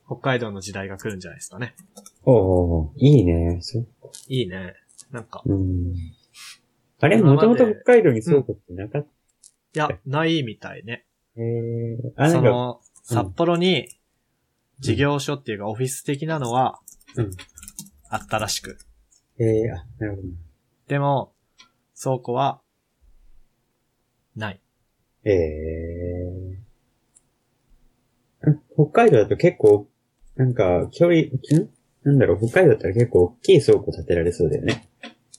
Speaker 1: 北海道の時代が来るんじゃないですかね。
Speaker 2: おおいいね。そう。
Speaker 1: いいね。なんか、
Speaker 2: うん。あれ、
Speaker 1: 今
Speaker 2: も
Speaker 1: まで
Speaker 2: ともと北海道に倉庫ってなかっ
Speaker 1: い
Speaker 2: た。
Speaker 1: や、ないみたいね。
Speaker 2: えー、あ、な
Speaker 1: そ
Speaker 2: んか、
Speaker 1: の、
Speaker 2: うん
Speaker 1: 札幌に事業所っていうかオフィス的なのは
Speaker 2: うん。
Speaker 1: あったらしく。
Speaker 2: えー、あ、なるほど。
Speaker 1: でも、倉庫は、ない。
Speaker 2: えーん北海道だと結構、なんか、距離、んなんだろう、北海道だったら結構大きい倉庫建てられそうだよね。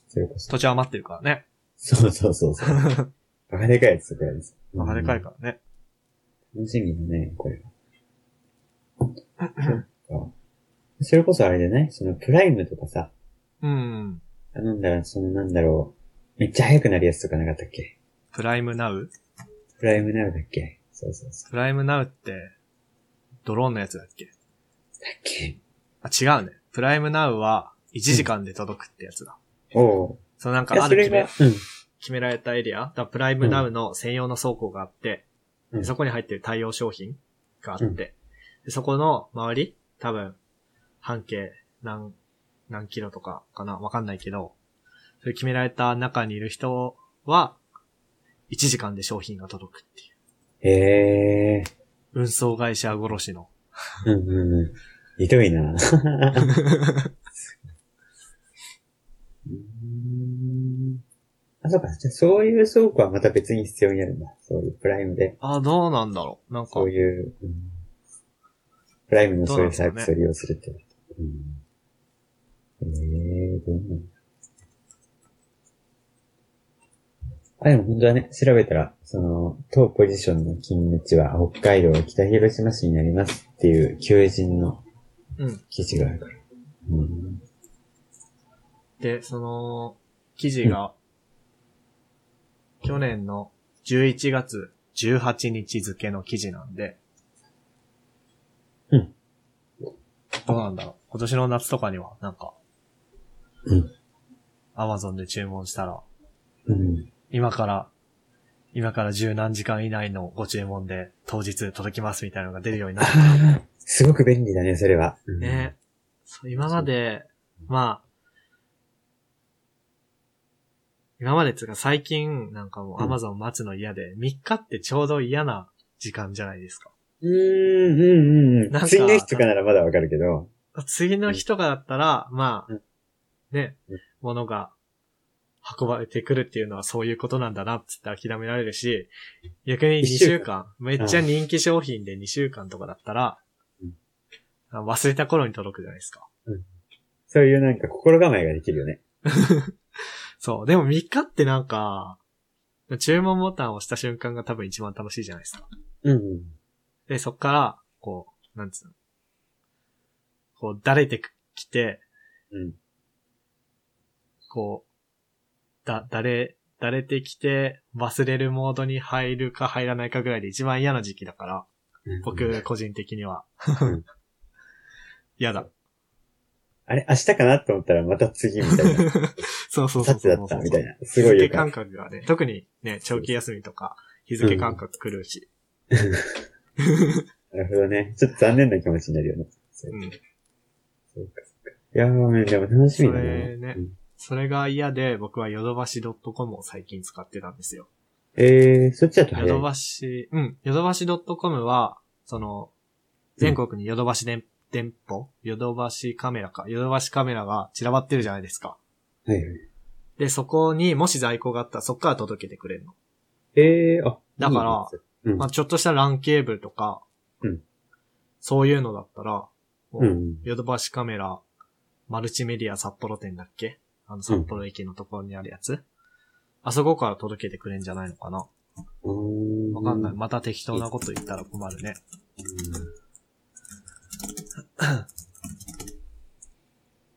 Speaker 2: それこそ。
Speaker 1: 土地余ってるからね。
Speaker 2: そうそうそ うそう。バカでかいやつとかやつ。
Speaker 1: まあ、でかいからね。
Speaker 2: 楽しみだね、これ。そっかそれこそあれじゃないそのプライムとかさ、
Speaker 1: うん。
Speaker 2: 頼んだら、そのなんだろう、めっちゃ早くなるやつとかなかったっけ
Speaker 1: プライムナウ
Speaker 2: プライムナウだっけそうそうそう。
Speaker 1: プライムナウって、ドローンのやつだっけ
Speaker 2: だっけ
Speaker 1: あ、違うね。プライムナウは1時間で届くってやつだ。
Speaker 2: おう。
Speaker 1: そのなん
Speaker 2: いや、
Speaker 1: かあ
Speaker 2: そ
Speaker 1: る
Speaker 2: れ
Speaker 1: 決
Speaker 2: が
Speaker 1: め、
Speaker 2: うん。
Speaker 1: 決められたエリア、だからプライムナウの専用の倉庫があって、
Speaker 2: うん
Speaker 1: でそこに入ってる対応商品があって、
Speaker 2: うん
Speaker 1: でそこの周り、多分、半径何、何キロとかかなわかんないけど、それ決められた中にいる人は、1時間で商品が届くっていう。
Speaker 2: へえ。
Speaker 1: 運送会社殺しの。
Speaker 2: うんうんうん。ひどいな。うーん あ、そうか。じゃあそういう倉庫はまた別に必要になるんだ。そういうプライムで。
Speaker 1: あ、どうなんだろうなんか
Speaker 2: そう、いう、うんプライムのそういうサービスを利用するってこと。うんええー、どうなんだあ、でも本当はね、調べたら、その、当ポジションの勤務地は北海道北広島市になりますっていう求人の
Speaker 1: うん。
Speaker 2: 記事があるから。うん。
Speaker 1: で、その、記事が、去年の11月18日付の記事なんで、
Speaker 2: うん。
Speaker 1: どうなんだろう。今年の夏とかには、なんか、
Speaker 2: うん。
Speaker 1: アマゾンで注文したら、
Speaker 2: うん。
Speaker 1: 今から、今から十何時間以内のご注文で当日届きますみたいなのが出るようになる。
Speaker 2: すごく便利だね、それは。うん
Speaker 1: ね。そう、今まで、まあ、今までつうか最近なんかもう
Speaker 2: うん
Speaker 1: Amazon 待つの嫌で、3日ってちょうど嫌な時間じゃないですか。
Speaker 2: うーん、うん、うん。
Speaker 1: なんか
Speaker 2: 次の日とかならまだわかるけど。
Speaker 1: 次の日とかだったら、まあ
Speaker 2: うん、
Speaker 1: ね
Speaker 2: うん、
Speaker 1: 物が運ばれてくるっていうのはそういうことなんだなっつって諦められるし、逆に2
Speaker 2: 一週
Speaker 1: 週間、めっちゃ人気商品で2週間とかだったら
Speaker 2: うん、
Speaker 1: 忘れた頃に届くじゃないですか。
Speaker 2: そういうなんか心構えができるよね。
Speaker 1: そう。でも3日ってなんか、注文ボタンを押した瞬間が多分一番楽しいじゃないですか。
Speaker 2: うんうん。
Speaker 1: で、そっから、こう、なんつうの。こう、だれてきて、
Speaker 2: うん。
Speaker 1: こう、だ、だれ、だれてきて、忘れるモードに入るか入らないかぐらいで一番嫌な時期だから、僕、個人的には
Speaker 2: うん。
Speaker 1: 嫌だ。
Speaker 2: あれ、明日かなと思ったらまた次み たいな。
Speaker 1: そうそうそ
Speaker 2: さ
Speaker 1: う
Speaker 2: っきだ
Speaker 1: そう
Speaker 2: ったみたいな。
Speaker 1: 日
Speaker 2: すごい
Speaker 1: 付
Speaker 2: よか
Speaker 1: 感
Speaker 2: っ
Speaker 1: 覚がね、特にね、長期休みとか、日付感覚狂うし。
Speaker 2: た。なるほどね。ちょっと残念な気持ちになるよね。そう
Speaker 1: うん。
Speaker 2: そうかそうかいやー、でも楽しみだ
Speaker 1: そ
Speaker 2: ね
Speaker 1: れ。ね
Speaker 2: うん
Speaker 1: それが嫌で、僕はヨドバシ .com を最近使ってたんですよ。
Speaker 2: えー、そっちだと
Speaker 1: ヨ
Speaker 2: 早い。
Speaker 1: ド
Speaker 2: う
Speaker 1: バシ、うん、ヨドバシ .com は、その、全国にヨドバシ店店舗、ヨドバシカメラか、ヨドバシカメラが散らばってるじゃないですか。
Speaker 2: はいはい。
Speaker 1: で、そこにもし在庫があったらそこから届けてくれるの。
Speaker 2: えー、あ、
Speaker 1: だから
Speaker 2: いいね、
Speaker 1: まあちょっとした LAN ケーブルとか、
Speaker 2: うん
Speaker 1: そういうのだったら、も
Speaker 2: うん。う。
Speaker 1: うんヨドバシカメラ、マルチメディア札幌店だっけあの札幌駅のところにあるやつ、あそこから届けてくれんじゃないのかな
Speaker 2: う
Speaker 1: わかんない。また適当なこと言ったら困るね。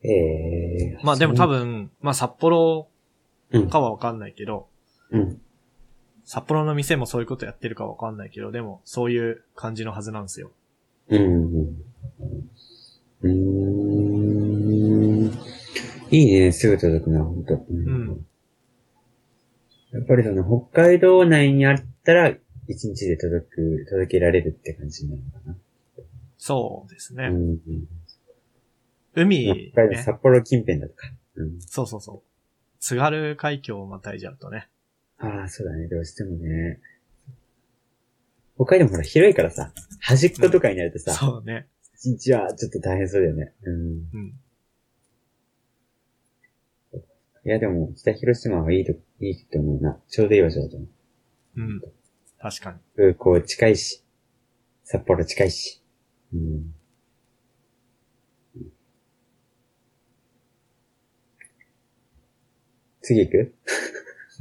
Speaker 2: うんえー。
Speaker 1: まあでも多分、まあ札幌
Speaker 2: 分
Speaker 1: かはわかんないけど、
Speaker 2: うん。
Speaker 1: 札幌の店もそういうことやってるかわかんないけど、でもそういう感じのはずなんですよ。
Speaker 2: うん。うん。うーんいいね、すぐ届くな、ほんと。う
Speaker 1: うん。
Speaker 2: やっぱりその、北海道内にあったら、一日で届く、届けられるって感じになるのか
Speaker 1: そうです
Speaker 2: な。
Speaker 1: ね。
Speaker 2: うんうん。
Speaker 1: 海、
Speaker 2: 北海道、
Speaker 1: ね、
Speaker 2: 札幌近辺だとか。うん。
Speaker 1: そうそうそう。津軽海峡をまたいじゃうとね。
Speaker 2: ああ、そうだね、どうしてもね。北海道もほら、広いからさ、端っことかになるとさ、
Speaker 1: そうね。
Speaker 2: 一日はちょっと大変そうだよね。うん。
Speaker 1: うん。
Speaker 2: いや、でも、北広島はいいと、いいと思うな。ちょうどいい場所だと思う。
Speaker 1: うん。確かに。
Speaker 2: 空港近いし、札幌近いし。うん。次行く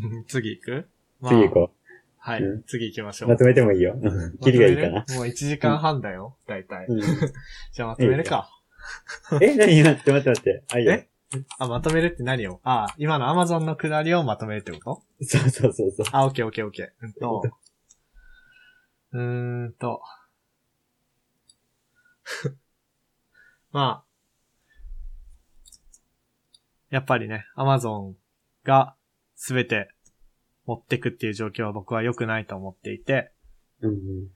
Speaker 1: うん次行く、まあ
Speaker 2: 次行こ
Speaker 1: はい、
Speaker 2: うん
Speaker 1: 次行きまし
Speaker 2: う。
Speaker 1: ょう。
Speaker 2: まとめてもいいよ。 キリがいいか
Speaker 1: ま
Speaker 2: な。
Speaker 1: とめるもう1時間半だよ、だいたい。じゃあまとめるか。
Speaker 2: うん え、何待って待って待って。あ、いいよ
Speaker 1: え。あ、まとめるって何をあ、今の Amazon の下りをまとめるってこと
Speaker 2: そうそうそうそう。
Speaker 1: あ、オッケーオッケーオッケー。うん と。うーんと。 まあ、やっぱりね、Amazon が全て持ってくっていう状況は僕は良くないと思っていて、
Speaker 2: うん。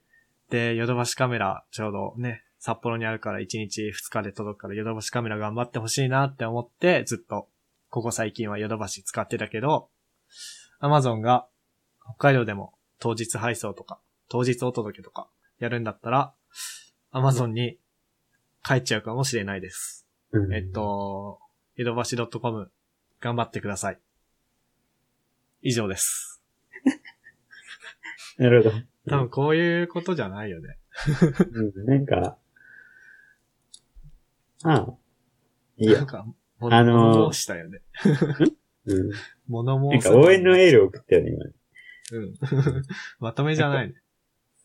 Speaker 1: で、ヨドバシカメラ、ちょうどね、札幌にあるから1日2日で届くからヨドバシカメラ頑張ってほしいなって思って、ずっと、ここ最近はヨドバシ使ってたけど、アマゾンが北海道でも当日配送とか、当日お届けとかやるんだったら、アマゾンに帰っちゃうかもしれないです。
Speaker 2: うん、
Speaker 1: えっ。と、ヨドバシ .com 頑張ってください。以上です。
Speaker 2: なるほど。
Speaker 1: 多分こういうことじゃないよね。
Speaker 2: うん、なんか、ああ、いい
Speaker 1: なん
Speaker 2: や。
Speaker 1: か、
Speaker 2: あのー
Speaker 1: 物申したよね。
Speaker 2: うん。
Speaker 1: 物
Speaker 2: な
Speaker 1: 申
Speaker 2: ん
Speaker 1: した
Speaker 2: か応援のエールを送ったよね、今。
Speaker 1: うん。 まとめじゃないね。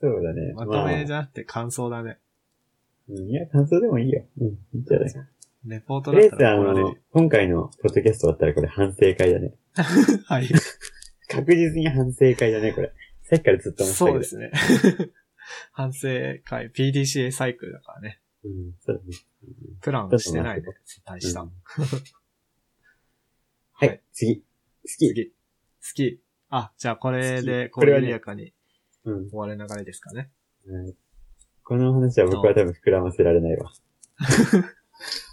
Speaker 2: そうだね。
Speaker 1: まとめじ
Speaker 2: ゃ、
Speaker 1: ゃなくて感想だね。
Speaker 2: うん。いや、感想でもいいよ。うん、いいんじゃない
Speaker 1: レポート
Speaker 2: と
Speaker 1: だ
Speaker 2: りあえ
Speaker 1: った
Speaker 2: ず、あ
Speaker 1: ら怒られ
Speaker 2: の
Speaker 1: る。、
Speaker 2: 今回のポッドキャストだったらこれ反省会だね。
Speaker 1: はい。
Speaker 2: 確実に反省会だね、これ。さっきからずっと思ってた
Speaker 1: そ
Speaker 2: け
Speaker 1: う
Speaker 2: ど。
Speaker 1: ですね。 反省会、PDCA サイクルだからね。
Speaker 2: うん、そうだね。
Speaker 1: プランしてないね。大した。
Speaker 2: う
Speaker 1: 好
Speaker 2: んは
Speaker 1: はい
Speaker 2: い、次。好き。
Speaker 1: き。好き。あ、じゃあこれで、
Speaker 2: 好き
Speaker 1: こ
Speaker 2: これは
Speaker 1: れ
Speaker 2: ね
Speaker 1: でやかに
Speaker 2: うん。
Speaker 1: 終わる流れですかね。
Speaker 2: はいこの話は僕は多分膨らませられないわ。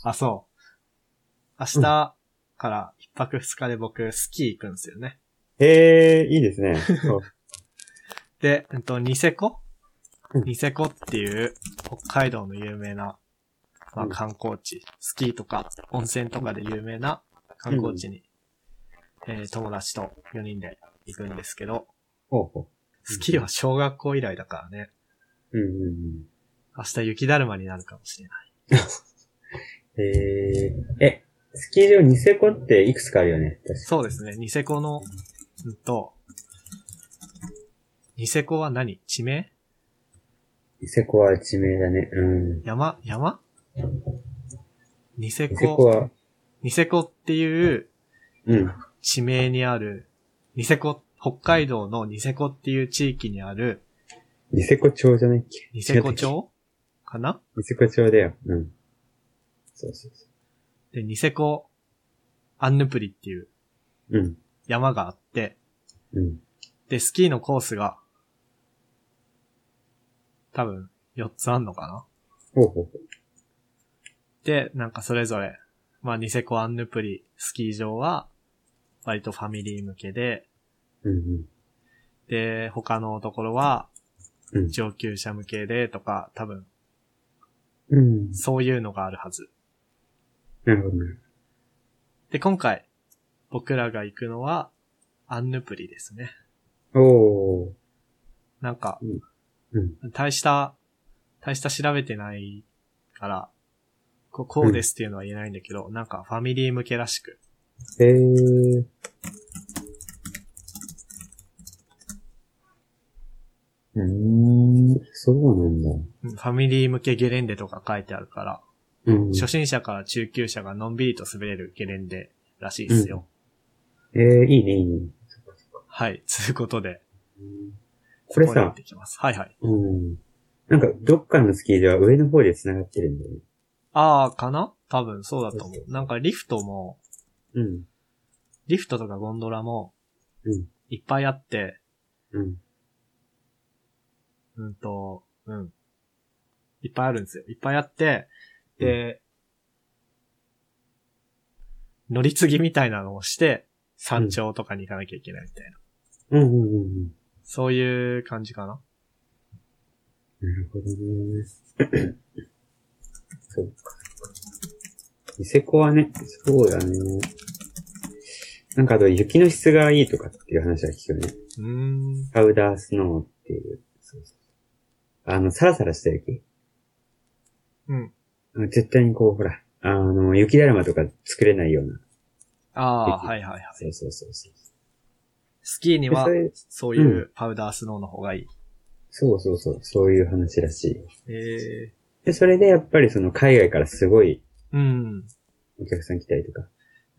Speaker 1: あ、そう。明日から一泊二日で僕、スキー行くんですよね。
Speaker 2: へえ、いいです ね。そう
Speaker 1: で、えっと、ニセコ
Speaker 2: うん
Speaker 1: ニセコっていう北海道の有名な、まあ、
Speaker 2: うん
Speaker 1: 観光地、スキーとか温泉とかで有名な観光地に、えー友達と4人で行くんですけど、
Speaker 2: ほうほ
Speaker 1: スキーは小学校以来だからね、
Speaker 2: う。うんうんうん。
Speaker 1: 明日雪だるまになるかもしれない。
Speaker 2: えー、え、スキー場ニセコっていくつかあるよね。確か
Speaker 1: そうですね、ニセコの、うんと、ニセコは何地名
Speaker 2: ニセコは地名だね。うん。
Speaker 1: 山山ニセ
Speaker 2: ニセコ
Speaker 1: コ、
Speaker 2: は、
Speaker 1: ニセコっていう、
Speaker 2: うん。
Speaker 1: 地名にある、ニセコ、北海道のニセコっていう地域にある、
Speaker 2: ニセコ町じゃないっけ
Speaker 1: ニセコ
Speaker 2: 違ったっ
Speaker 1: 町かな
Speaker 2: けニセコ町だよ。うん。そうそうそ
Speaker 1: で、ニセコ、アンヌプリっていう
Speaker 2: う。うん。
Speaker 1: 山があって、
Speaker 2: うん。
Speaker 1: で、スキーのコースが、多分、4つあんのかな
Speaker 2: ほうほうほ
Speaker 1: で、なんかそれぞれ、まあ、ニセコアンヌプリスキー場は、割とファミリー向けで、
Speaker 2: う。うん
Speaker 1: で、他のところは、
Speaker 2: うん。
Speaker 1: 上級者向けでとか、多分、
Speaker 2: うん。うん。
Speaker 1: そういうのがあるはず。
Speaker 2: なるほどね。
Speaker 1: で、今回、僕らが行くのは、アンヌプリですね。
Speaker 2: おー。
Speaker 1: なんか、
Speaker 2: うん。
Speaker 1: 大した、大した調べてないから、ここうですっていうのは言えないんだけど、なんかファミリー向けらしく。
Speaker 2: えー。うーん、そうなんだ。
Speaker 1: うんファミリー向けゲレンデとか書いてあるから、
Speaker 2: うん。
Speaker 1: 初心者から中級者がのんびりと滑れるゲレンデらしいですよ。
Speaker 2: えー、いいね、いいね。
Speaker 1: はい。 ということで、
Speaker 2: これ
Speaker 1: ここに行
Speaker 2: さ
Speaker 1: っ、てきます。はいはい。
Speaker 2: うん。なんか、どっかのスキーでは上の方で繋がってるんだよね。
Speaker 1: あー、かな多分そうだと思う。なんかリフトも、
Speaker 2: うん。
Speaker 1: リフトとかゴンドラも
Speaker 2: うん、
Speaker 1: いっぱいあって、
Speaker 2: うん。
Speaker 1: うんと、うん。いっぱいあるんですよ。いっぱいあって、で、乗り継ぎみたいなのをして、山頂とかに行かなきゃいけないみたいな。
Speaker 2: うんうんうんうん。
Speaker 1: そういう感じかな。
Speaker 2: なるほどね。そうか。ニセコはね、そうだね。なんかあと、雪の質がいいとかっていう話は聞くよね。
Speaker 1: うーん。
Speaker 2: パウダースノーっていう。そうそうあの、サラサラした雪。
Speaker 1: うん。
Speaker 2: 絶対にこう、ほら、あの、雪だるまとか作れないような。
Speaker 1: ああー、はいはいはい。
Speaker 2: そうそうそうそう。
Speaker 1: スキーには
Speaker 2: でそれ、
Speaker 1: そういうパウダースノーの方がいい。
Speaker 2: そうそうそう、そういう話らしい。
Speaker 1: ええ
Speaker 2: で、それでやっぱりその海外からすごい
Speaker 1: ー。うん。
Speaker 2: お客さん来たりとか。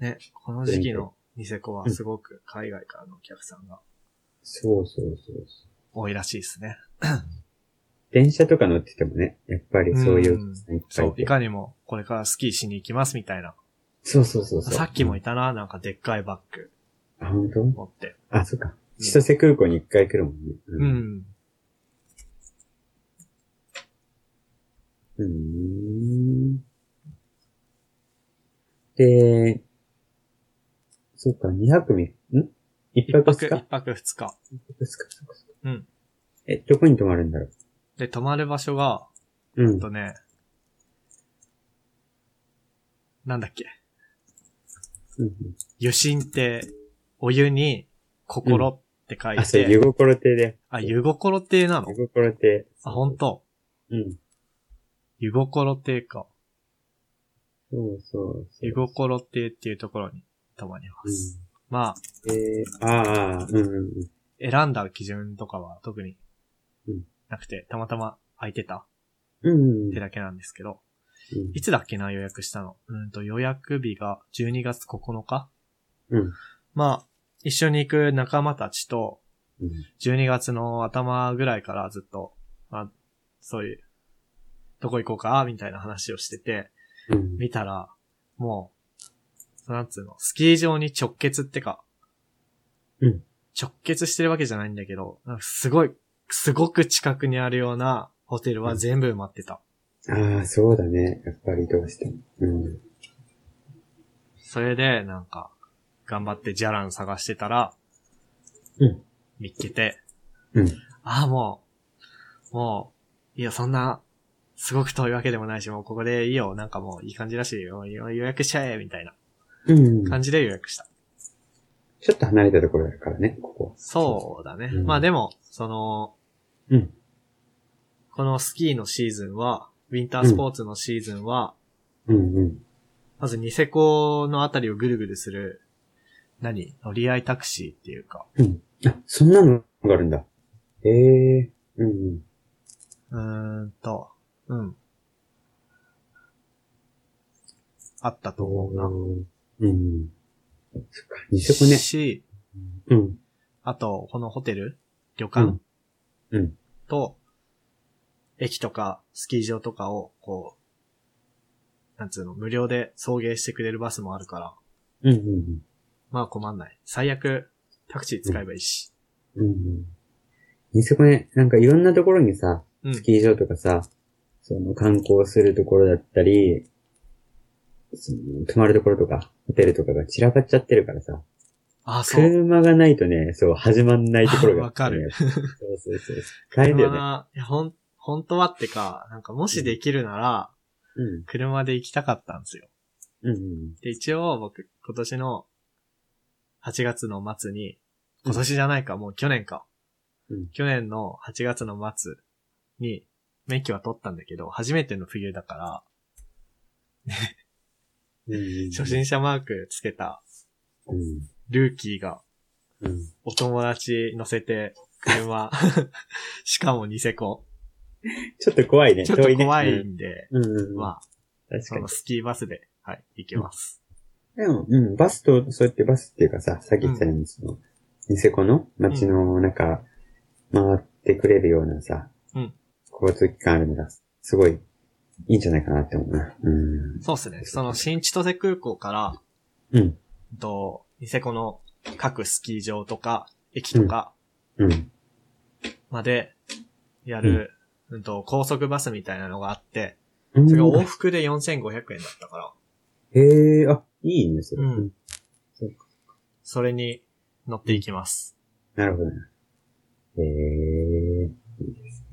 Speaker 1: ね、この時期のニセコはすごく海外からのお客さんが
Speaker 2: そうそうそうそう。
Speaker 1: 多いらしいですね。
Speaker 2: 電車とか乗っててもね、やっぱりそういうお
Speaker 1: うん
Speaker 2: 客さんいっぱい
Speaker 1: そう、
Speaker 2: い
Speaker 1: い
Speaker 2: て。
Speaker 1: かにもこれからスキーしに行きますみたいな
Speaker 2: そうそうそうそう。
Speaker 1: さっきもいたな、なんかでっかいバッグ
Speaker 2: あ、本当？
Speaker 1: 持って。
Speaker 2: あ、そっか。千歳空港に一回来るもんね。
Speaker 1: う。ん。
Speaker 2: うーん。で、そっか、2泊3日、ん ?1
Speaker 1: 一
Speaker 2: 泊
Speaker 1: 泊、
Speaker 2: 2
Speaker 1: 一
Speaker 2: 日
Speaker 1: 泊二日。
Speaker 2: ですかそっかそっか
Speaker 1: うん。
Speaker 2: え、どこに泊まるんだろ
Speaker 1: で、泊まる場所が、
Speaker 2: うう
Speaker 1: えっ
Speaker 2: ん。
Speaker 1: とね、なんだっけ。
Speaker 2: うん
Speaker 1: 湯心って、お湯に、心って書い
Speaker 2: あ、そ
Speaker 1: て、
Speaker 2: れ、湯心亭で。
Speaker 1: あ、湯心亭なの
Speaker 2: 湯心亭。
Speaker 1: あ、本当
Speaker 2: うん。
Speaker 1: 湯心亭か。
Speaker 2: そうそうそう。
Speaker 1: 湯心亭っていうところに泊まります。まあ、
Speaker 2: うん。えー、ああ、うんうんうん。
Speaker 1: 選んだ基準とかは特に
Speaker 2: うん
Speaker 1: なくて、たまたま空いてた
Speaker 2: うん
Speaker 1: ってだけなんですけど、
Speaker 2: うん。
Speaker 1: いつだっけな予約したのうんと予約日が12月9日
Speaker 2: うん。
Speaker 1: まあ、一緒に行く仲間たちと、
Speaker 2: うん。
Speaker 1: 12月の頭ぐらいからずっと、まあ、そういう、どこ行こうか、みたいな話をしてて、
Speaker 2: うん。
Speaker 1: 見たら、もう、なんつうの、スキー場に直結ってか、
Speaker 2: うん
Speaker 1: 直結してるわけじゃないんだけど、なんかすごい、すごく近くにあるようなホテルは全部埋まってた。
Speaker 2: ああ、そうだね。やっぱりどうしても。うん。
Speaker 1: それで、なんか、頑張ってジャラン探してたら、
Speaker 2: うん
Speaker 1: 見っけて、
Speaker 2: うん。
Speaker 1: ああ、もう、もう、いや、そんな、すごく遠いわけでもないし、もうここでいいよ、なんかもういい感じらしいよ、予予約しちゃえ、みたいな
Speaker 2: うん。
Speaker 1: 感じで予約した。
Speaker 2: ちょっと離れたところだからね、ここは。
Speaker 1: そうだね。
Speaker 2: うん
Speaker 1: まあでも、その、
Speaker 2: うん。
Speaker 1: このスキーのシーズンは、ウィンタースポーツのシーズンは、
Speaker 2: うんうん。
Speaker 1: まずニセコのあたりをぐるぐるする、何乗り合いタクシーっていうか、
Speaker 2: うん。あ、そんなのがあるんだ。へえー。うん
Speaker 1: うーんと、うん。あったと思うな。
Speaker 2: うん。うん。そっか、ニセコね。
Speaker 1: し、
Speaker 2: うん。
Speaker 1: あと、このホテル旅館、
Speaker 2: うんうん
Speaker 1: と、駅とか、スキー場とかを、こう、なんつうの、無料で送迎してくれるバスもあるから、
Speaker 2: うんうん
Speaker 1: まあ困んない。最悪、タクシー使えばいいし。
Speaker 2: うん。うん。ニセコね、なんかいろんなところにさ、
Speaker 1: うん。
Speaker 2: スキー場とかさ、その観光するところだったり、その泊まるところとか、ホテルとかが散らばっちゃってるからさ、
Speaker 1: あ、そう。
Speaker 2: 車がないとね、そう、始まんないところが、
Speaker 1: あわかる。
Speaker 2: そうそうそう。大変だ よね。
Speaker 1: 車いやほん、本当はってか、なんかもしできるなら、
Speaker 2: うん。
Speaker 1: 車で行きたかったんですよ。
Speaker 2: うんうん。
Speaker 1: で、一応僕、今年の8月の末に、今年じゃないか、もう去年か。
Speaker 2: うん
Speaker 1: 去年の8月の末に、免許は取ったんだけど、初めての冬だから、
Speaker 2: うん
Speaker 1: 初心者マークつけた
Speaker 2: うん。
Speaker 1: ルーキーが、
Speaker 2: うん。
Speaker 1: お友達乗せて、車、 しかもニセコ。
Speaker 2: ちょっと怖いね。
Speaker 1: ちょっと
Speaker 2: 遠ね
Speaker 1: 怖い。んで、
Speaker 2: うんうんうん。
Speaker 1: まあ、
Speaker 2: 確
Speaker 1: そ
Speaker 2: かに
Speaker 1: の。スキーバスで、はい、行きます。
Speaker 2: でも、うん、バスと、そうやってバスっていうかさ、さっき言ったように、その、ニセコの街の中、回ってくれるようなさ、
Speaker 1: うん
Speaker 2: 交通機関あるのが、すごい、いいんじゃないかなって思うな。うん。
Speaker 1: そうですね。その新千歳空港から、
Speaker 2: うん。
Speaker 1: えっと、ニセコの各スキー場とか、駅とか
Speaker 2: うん。
Speaker 1: までやる、うんと、高速バスみたいなのがあって、
Speaker 2: うん。
Speaker 1: それが往復で4500円だったから、
Speaker 2: へえ、あ、いいね、それ。
Speaker 1: うんそれに乗っていきます。
Speaker 2: なるほどね。へえ、いいですね。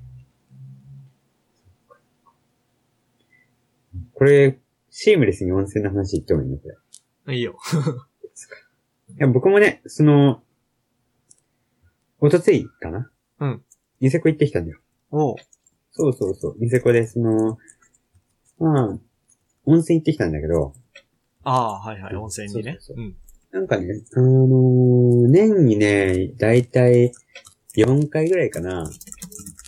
Speaker 2: これ、シームレスに温泉の話言ってもいいのこれ。
Speaker 1: いいよ。
Speaker 2: いや、僕もね、その、おとついかな
Speaker 1: うん。
Speaker 2: ニセコ行ってきたんだよ。
Speaker 1: おう。
Speaker 2: そうそうそう。ニセコで、その、まあ、温泉行ってきたんだけど、
Speaker 1: ああ、はいはい、
Speaker 2: うん
Speaker 1: 温泉にね。
Speaker 2: そうそう
Speaker 1: う
Speaker 2: そ
Speaker 1: ん。
Speaker 2: なんかね、あのー年にね、だいたい4回ぐらいかな。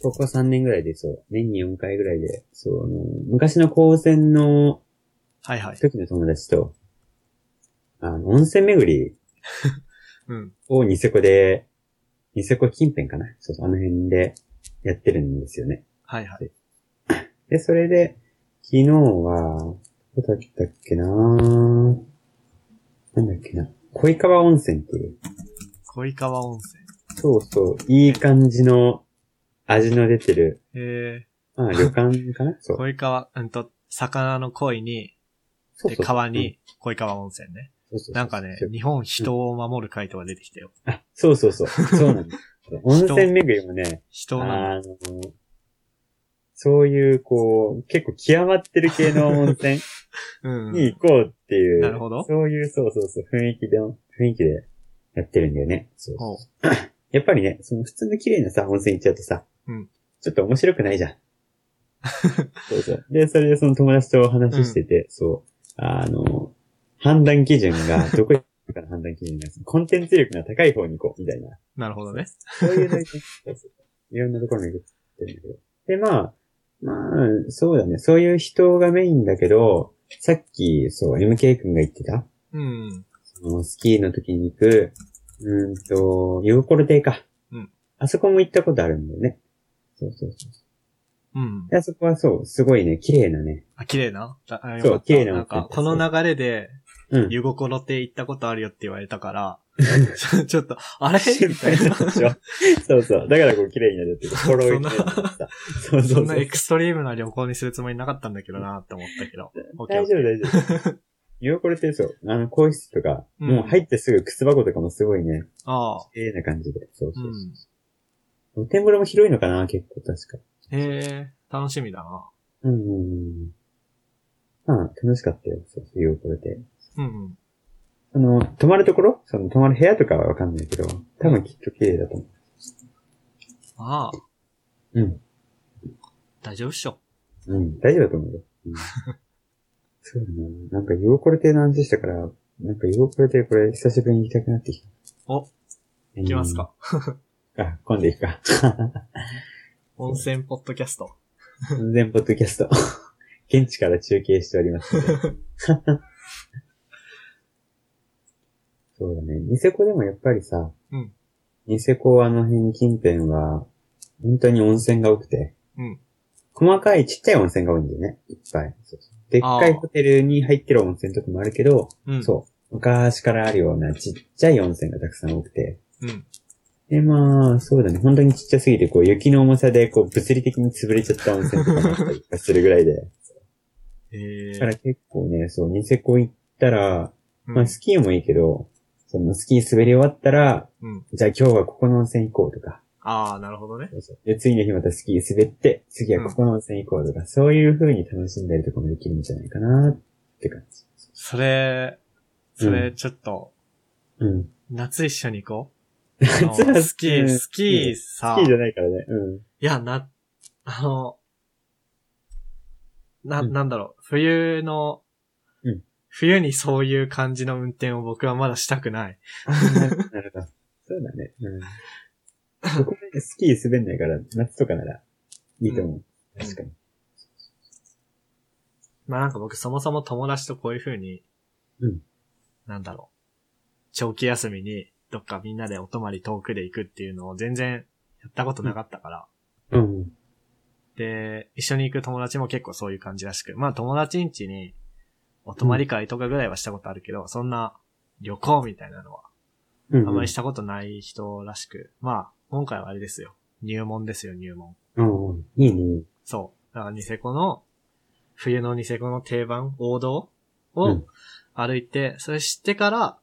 Speaker 2: ここ3年ぐらいでそう。年に4回ぐらいで、そう、あの昔の高専の
Speaker 1: はいはい。
Speaker 2: 時の友達と、あの、温泉巡り
Speaker 1: うん。
Speaker 2: をニセコで、ニセコ近辺かなそうそう、あの辺でやってるんですよね。
Speaker 1: はいはい。
Speaker 2: で、それで、昨日は、どこだったっけなぁなんだっけな。恋川温泉っていう。
Speaker 1: 恋川温泉。
Speaker 2: そうそう。いい感じの味の出てる。
Speaker 1: え
Speaker 2: ま あ、旅館かなそ
Speaker 1: ー、
Speaker 2: う。
Speaker 1: 恋川、うんと、魚の恋に、
Speaker 2: そう
Speaker 1: で、
Speaker 2: そう
Speaker 1: 川に、恋川温泉ね。
Speaker 2: そうそうそう
Speaker 1: なんかね、日本人を守る回とか出てきたよ。
Speaker 2: あ、そうそうそう。そうな んです。温泉巡りもね、
Speaker 1: 人なんだ。
Speaker 2: あの、そういう、こう、結構極まってる系の温泉
Speaker 1: うん。
Speaker 2: に行こうっていう、
Speaker 1: なるほど
Speaker 2: そういう、そうそうそう、雰囲気で、雰囲気でやってるんだよね。そう
Speaker 1: ほう
Speaker 2: やっぱりね、その普通の綺麗なさ、温泉行っちゃうとさ、
Speaker 1: うん
Speaker 2: ちょっと面白くないじゃん。 そうそう。で、それでその友達とお話ししてて、そう、あの、判断基準が、どこに行くかの判断基準が、コンテンツ力が高い方に行こう、みたいな。
Speaker 1: なるほどね。
Speaker 2: そういうのにいろんなところに行ってるんだけど。で、まあ、まあ、そうだね。そういう人がメインだけど、さっき、そう、MK 君が言ってた、
Speaker 1: うん。
Speaker 2: そのスキーの時に行く、うーんと、ユーコル亭か。
Speaker 1: うん。
Speaker 2: あそこも行ったことあるんだよね。そうそうそう
Speaker 1: うん。
Speaker 2: で。あそこはそう、すごいね、綺麗なね。
Speaker 1: あ、綺麗なだあよ
Speaker 2: そう
Speaker 1: かった
Speaker 2: 綺麗な
Speaker 1: なんか、この流れで、
Speaker 2: うん。
Speaker 1: 湯心って行ったことあるよって言われたから、 ちょちょっと、あれみたいな。
Speaker 2: でしょ そうそう。だからこう綺麗になるっていうか、フォロー
Speaker 1: そんな
Speaker 2: そうそ
Speaker 1: そん
Speaker 2: うそ
Speaker 1: な
Speaker 2: う
Speaker 1: エ。クストリームな旅行にするつもりなかったんだけどなって思ったけど。オッケーオ
Speaker 2: 大
Speaker 1: ッケ
Speaker 2: 丈夫、大丈夫。よ、これってそう。あの、更衣室とか、
Speaker 1: うん
Speaker 2: もう入ってすぐ靴箱とかもすごいね、
Speaker 1: ー。ああ。
Speaker 2: 綺麗な感じで。そう
Speaker 1: う
Speaker 2: そうそ
Speaker 1: ん。
Speaker 2: う。露天風呂も広いのかな結構確か。
Speaker 1: へえ、楽しみだな。
Speaker 2: うんうんうん。まあ、楽しかったよ。そうそう、よ、これで。
Speaker 1: うんうん。
Speaker 2: あの、泊まるところその、泊まる部屋とかはわかんないけど、多分きっと綺麗だと思
Speaker 1: ああ、
Speaker 2: う。うん。
Speaker 1: 大丈夫っしょ。
Speaker 2: うん、大丈夫だと思うよ。うん、 そうだな。なんか、よ、これでの話したから、なんか、よ、これでこれ、久しぶりに行きたくなってきた。
Speaker 1: お、
Speaker 2: 行
Speaker 1: 行きます。か。
Speaker 2: あ、今度行くか。
Speaker 1: 温泉ポッドキャスト。
Speaker 2: 完全ポッドキャスト。 現地から中継しておりま すので。そうだね。ニセコでもやっぱりさ、
Speaker 1: うん
Speaker 2: ニセコあの辺近辺は、本当に温泉が多くて、
Speaker 1: うん
Speaker 2: 細かいちっちゃい温泉が多いんだよね。いっぱい。そうそうでっかい
Speaker 1: あー
Speaker 2: ホテルに入ってる温泉とかもあるけど、
Speaker 1: うん。
Speaker 2: そう。昔からあるようなちっちゃい温泉がたくさん多くて。
Speaker 1: う。うん。
Speaker 2: で、まあ、そうだね。本当にちっちゃすぎて、こう、雪の重さで、こう、物理的に潰れちゃった温泉とかもあったりとかするぐらいで。
Speaker 1: へ
Speaker 2: だ
Speaker 1: え
Speaker 2: から結構ね、そう、ニセコ行ったら、
Speaker 1: うん
Speaker 2: まあ、スキーもいいけど、その、スキー滑り終わったら、
Speaker 1: うん。
Speaker 2: じゃあ今日はここの温泉行こうとか、
Speaker 1: ああ、なるほどね。
Speaker 2: そうそうで、次の日またスキー滑って、次はここの温泉行こうとか、そういう風に楽しんだりとかもできるんじゃないかなって感じ。
Speaker 1: それ、それ、ちょっと、
Speaker 2: うん。
Speaker 1: 夏一緒に行こう。
Speaker 2: 夏
Speaker 1: あの
Speaker 2: は
Speaker 1: スキー、スキー
Speaker 2: ス
Speaker 1: さ
Speaker 2: キ、ーじゃないからね。うん。
Speaker 1: いや、な、あの、な、
Speaker 2: うん
Speaker 1: なんだろう、冬の
Speaker 2: うん、
Speaker 1: 冬にそういう感じの運転を僕はまだしたくない。
Speaker 2: あーなるほど。そうだね。うん。そこでスキー滑んないから、夏とかなら、いいと思う。
Speaker 1: うん
Speaker 2: 確かに。
Speaker 1: まあなんか僕そもそも友達とこういう風に、
Speaker 2: うん
Speaker 1: なんだろう、長期休みにどっかみんなでお泊まり遠くで行くっていうのを全然やったことなかったから、
Speaker 2: うん。
Speaker 1: で、一緒に行く友達も結構そういう感じらしく、まあ友達ん家にお泊まり会とかぐらいはしたことあるけど、そんな旅行みたいなのは
Speaker 2: うん。
Speaker 1: あまりしたことない人らしく、まあ今回はあれですよ。入門ですよ、入門。
Speaker 2: うんうん。い いね。
Speaker 1: そう。だからニセコの、冬のニセコの定番、王道
Speaker 2: う
Speaker 1: を
Speaker 2: ん
Speaker 1: 歩いて、それ知ってから、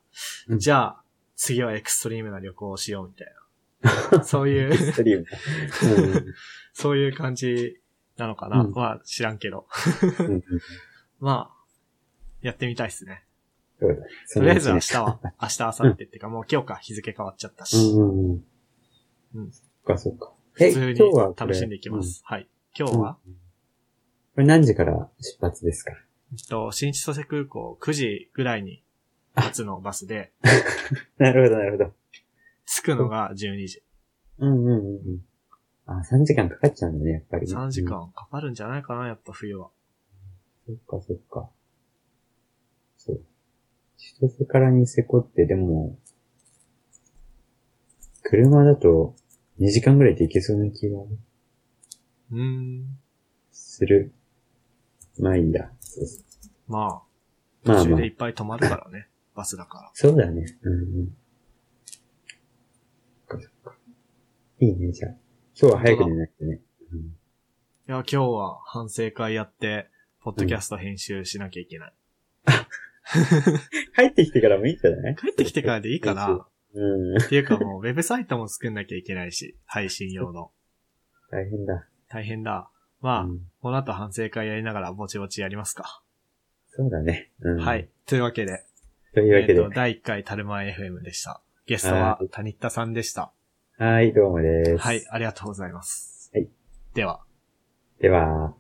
Speaker 2: うん
Speaker 1: じゃあ、次はエクストリームな旅行をしようみたい な。そうい
Speaker 2: ス
Speaker 1: う、
Speaker 2: トリーム。
Speaker 1: そういう感じなのかな、
Speaker 2: うん
Speaker 1: まあ知らんけど。
Speaker 2: うんうん。うん
Speaker 1: まあ、やってみたいですね。
Speaker 2: そうだ。
Speaker 1: と
Speaker 2: と
Speaker 1: りあえず明日は、明日、明後日っていうか、もう今日か日付変わっちゃった
Speaker 2: う
Speaker 1: し、
Speaker 2: んうんう。
Speaker 1: うんん
Speaker 2: そっか、そっか。
Speaker 1: 普
Speaker 2: え、
Speaker 1: 通
Speaker 2: 今
Speaker 1: に
Speaker 2: 日はこれ
Speaker 1: 楽しんでいきま。す。はい。今
Speaker 2: うん
Speaker 1: 日は、
Speaker 2: うんこれ何時から出発ですか
Speaker 1: えっと、新千歳空港9時ぐらいに、初のバスで、
Speaker 2: なるほど、なるほど。
Speaker 1: 着くのが12時。
Speaker 2: うんうんうんうん。あ、3時間かかっちゃうんだね、やっぱり。
Speaker 1: 3時
Speaker 2: うん。
Speaker 1: 間かかるんじゃないかな、やっぱ冬は。
Speaker 2: そっか、そっか。そう。一つからニセコって、でも、車だと2時間ぐらいで行けそうな気が
Speaker 1: うーん。
Speaker 2: する。まあいいんだ。そうそう
Speaker 1: まあ、
Speaker 2: まあ
Speaker 1: 途中
Speaker 2: まあ
Speaker 1: でいっぱい泊まるからね。バスだから。
Speaker 2: そうだね。うん。そっかそっかいいね、じゃあ。今日は早く寝なくてね。
Speaker 1: いや、今日は反省会やって、ポッドキャスト編集しなきゃいけない。
Speaker 2: 帰ってきてからもいいんじゃない
Speaker 1: 帰ってきてからでいいかな。
Speaker 2: うん。
Speaker 1: っていうかもう、ウェブサイトも作んなきゃいけないし、配信用の。
Speaker 2: 大変だ。
Speaker 1: 大変だ。まあ、
Speaker 2: うん
Speaker 1: この後反省会やりながらぼちぼちやりますか。
Speaker 2: そうだね。うん。
Speaker 1: は。い。というわけで、
Speaker 2: というわけ
Speaker 1: え
Speaker 2: で
Speaker 1: ーと、。第1回タルマン FM でした。ゲストは谷田さんでした。
Speaker 2: はい、どうもです。
Speaker 1: はい、ありがとうございます。
Speaker 2: はい。
Speaker 1: では。
Speaker 2: では。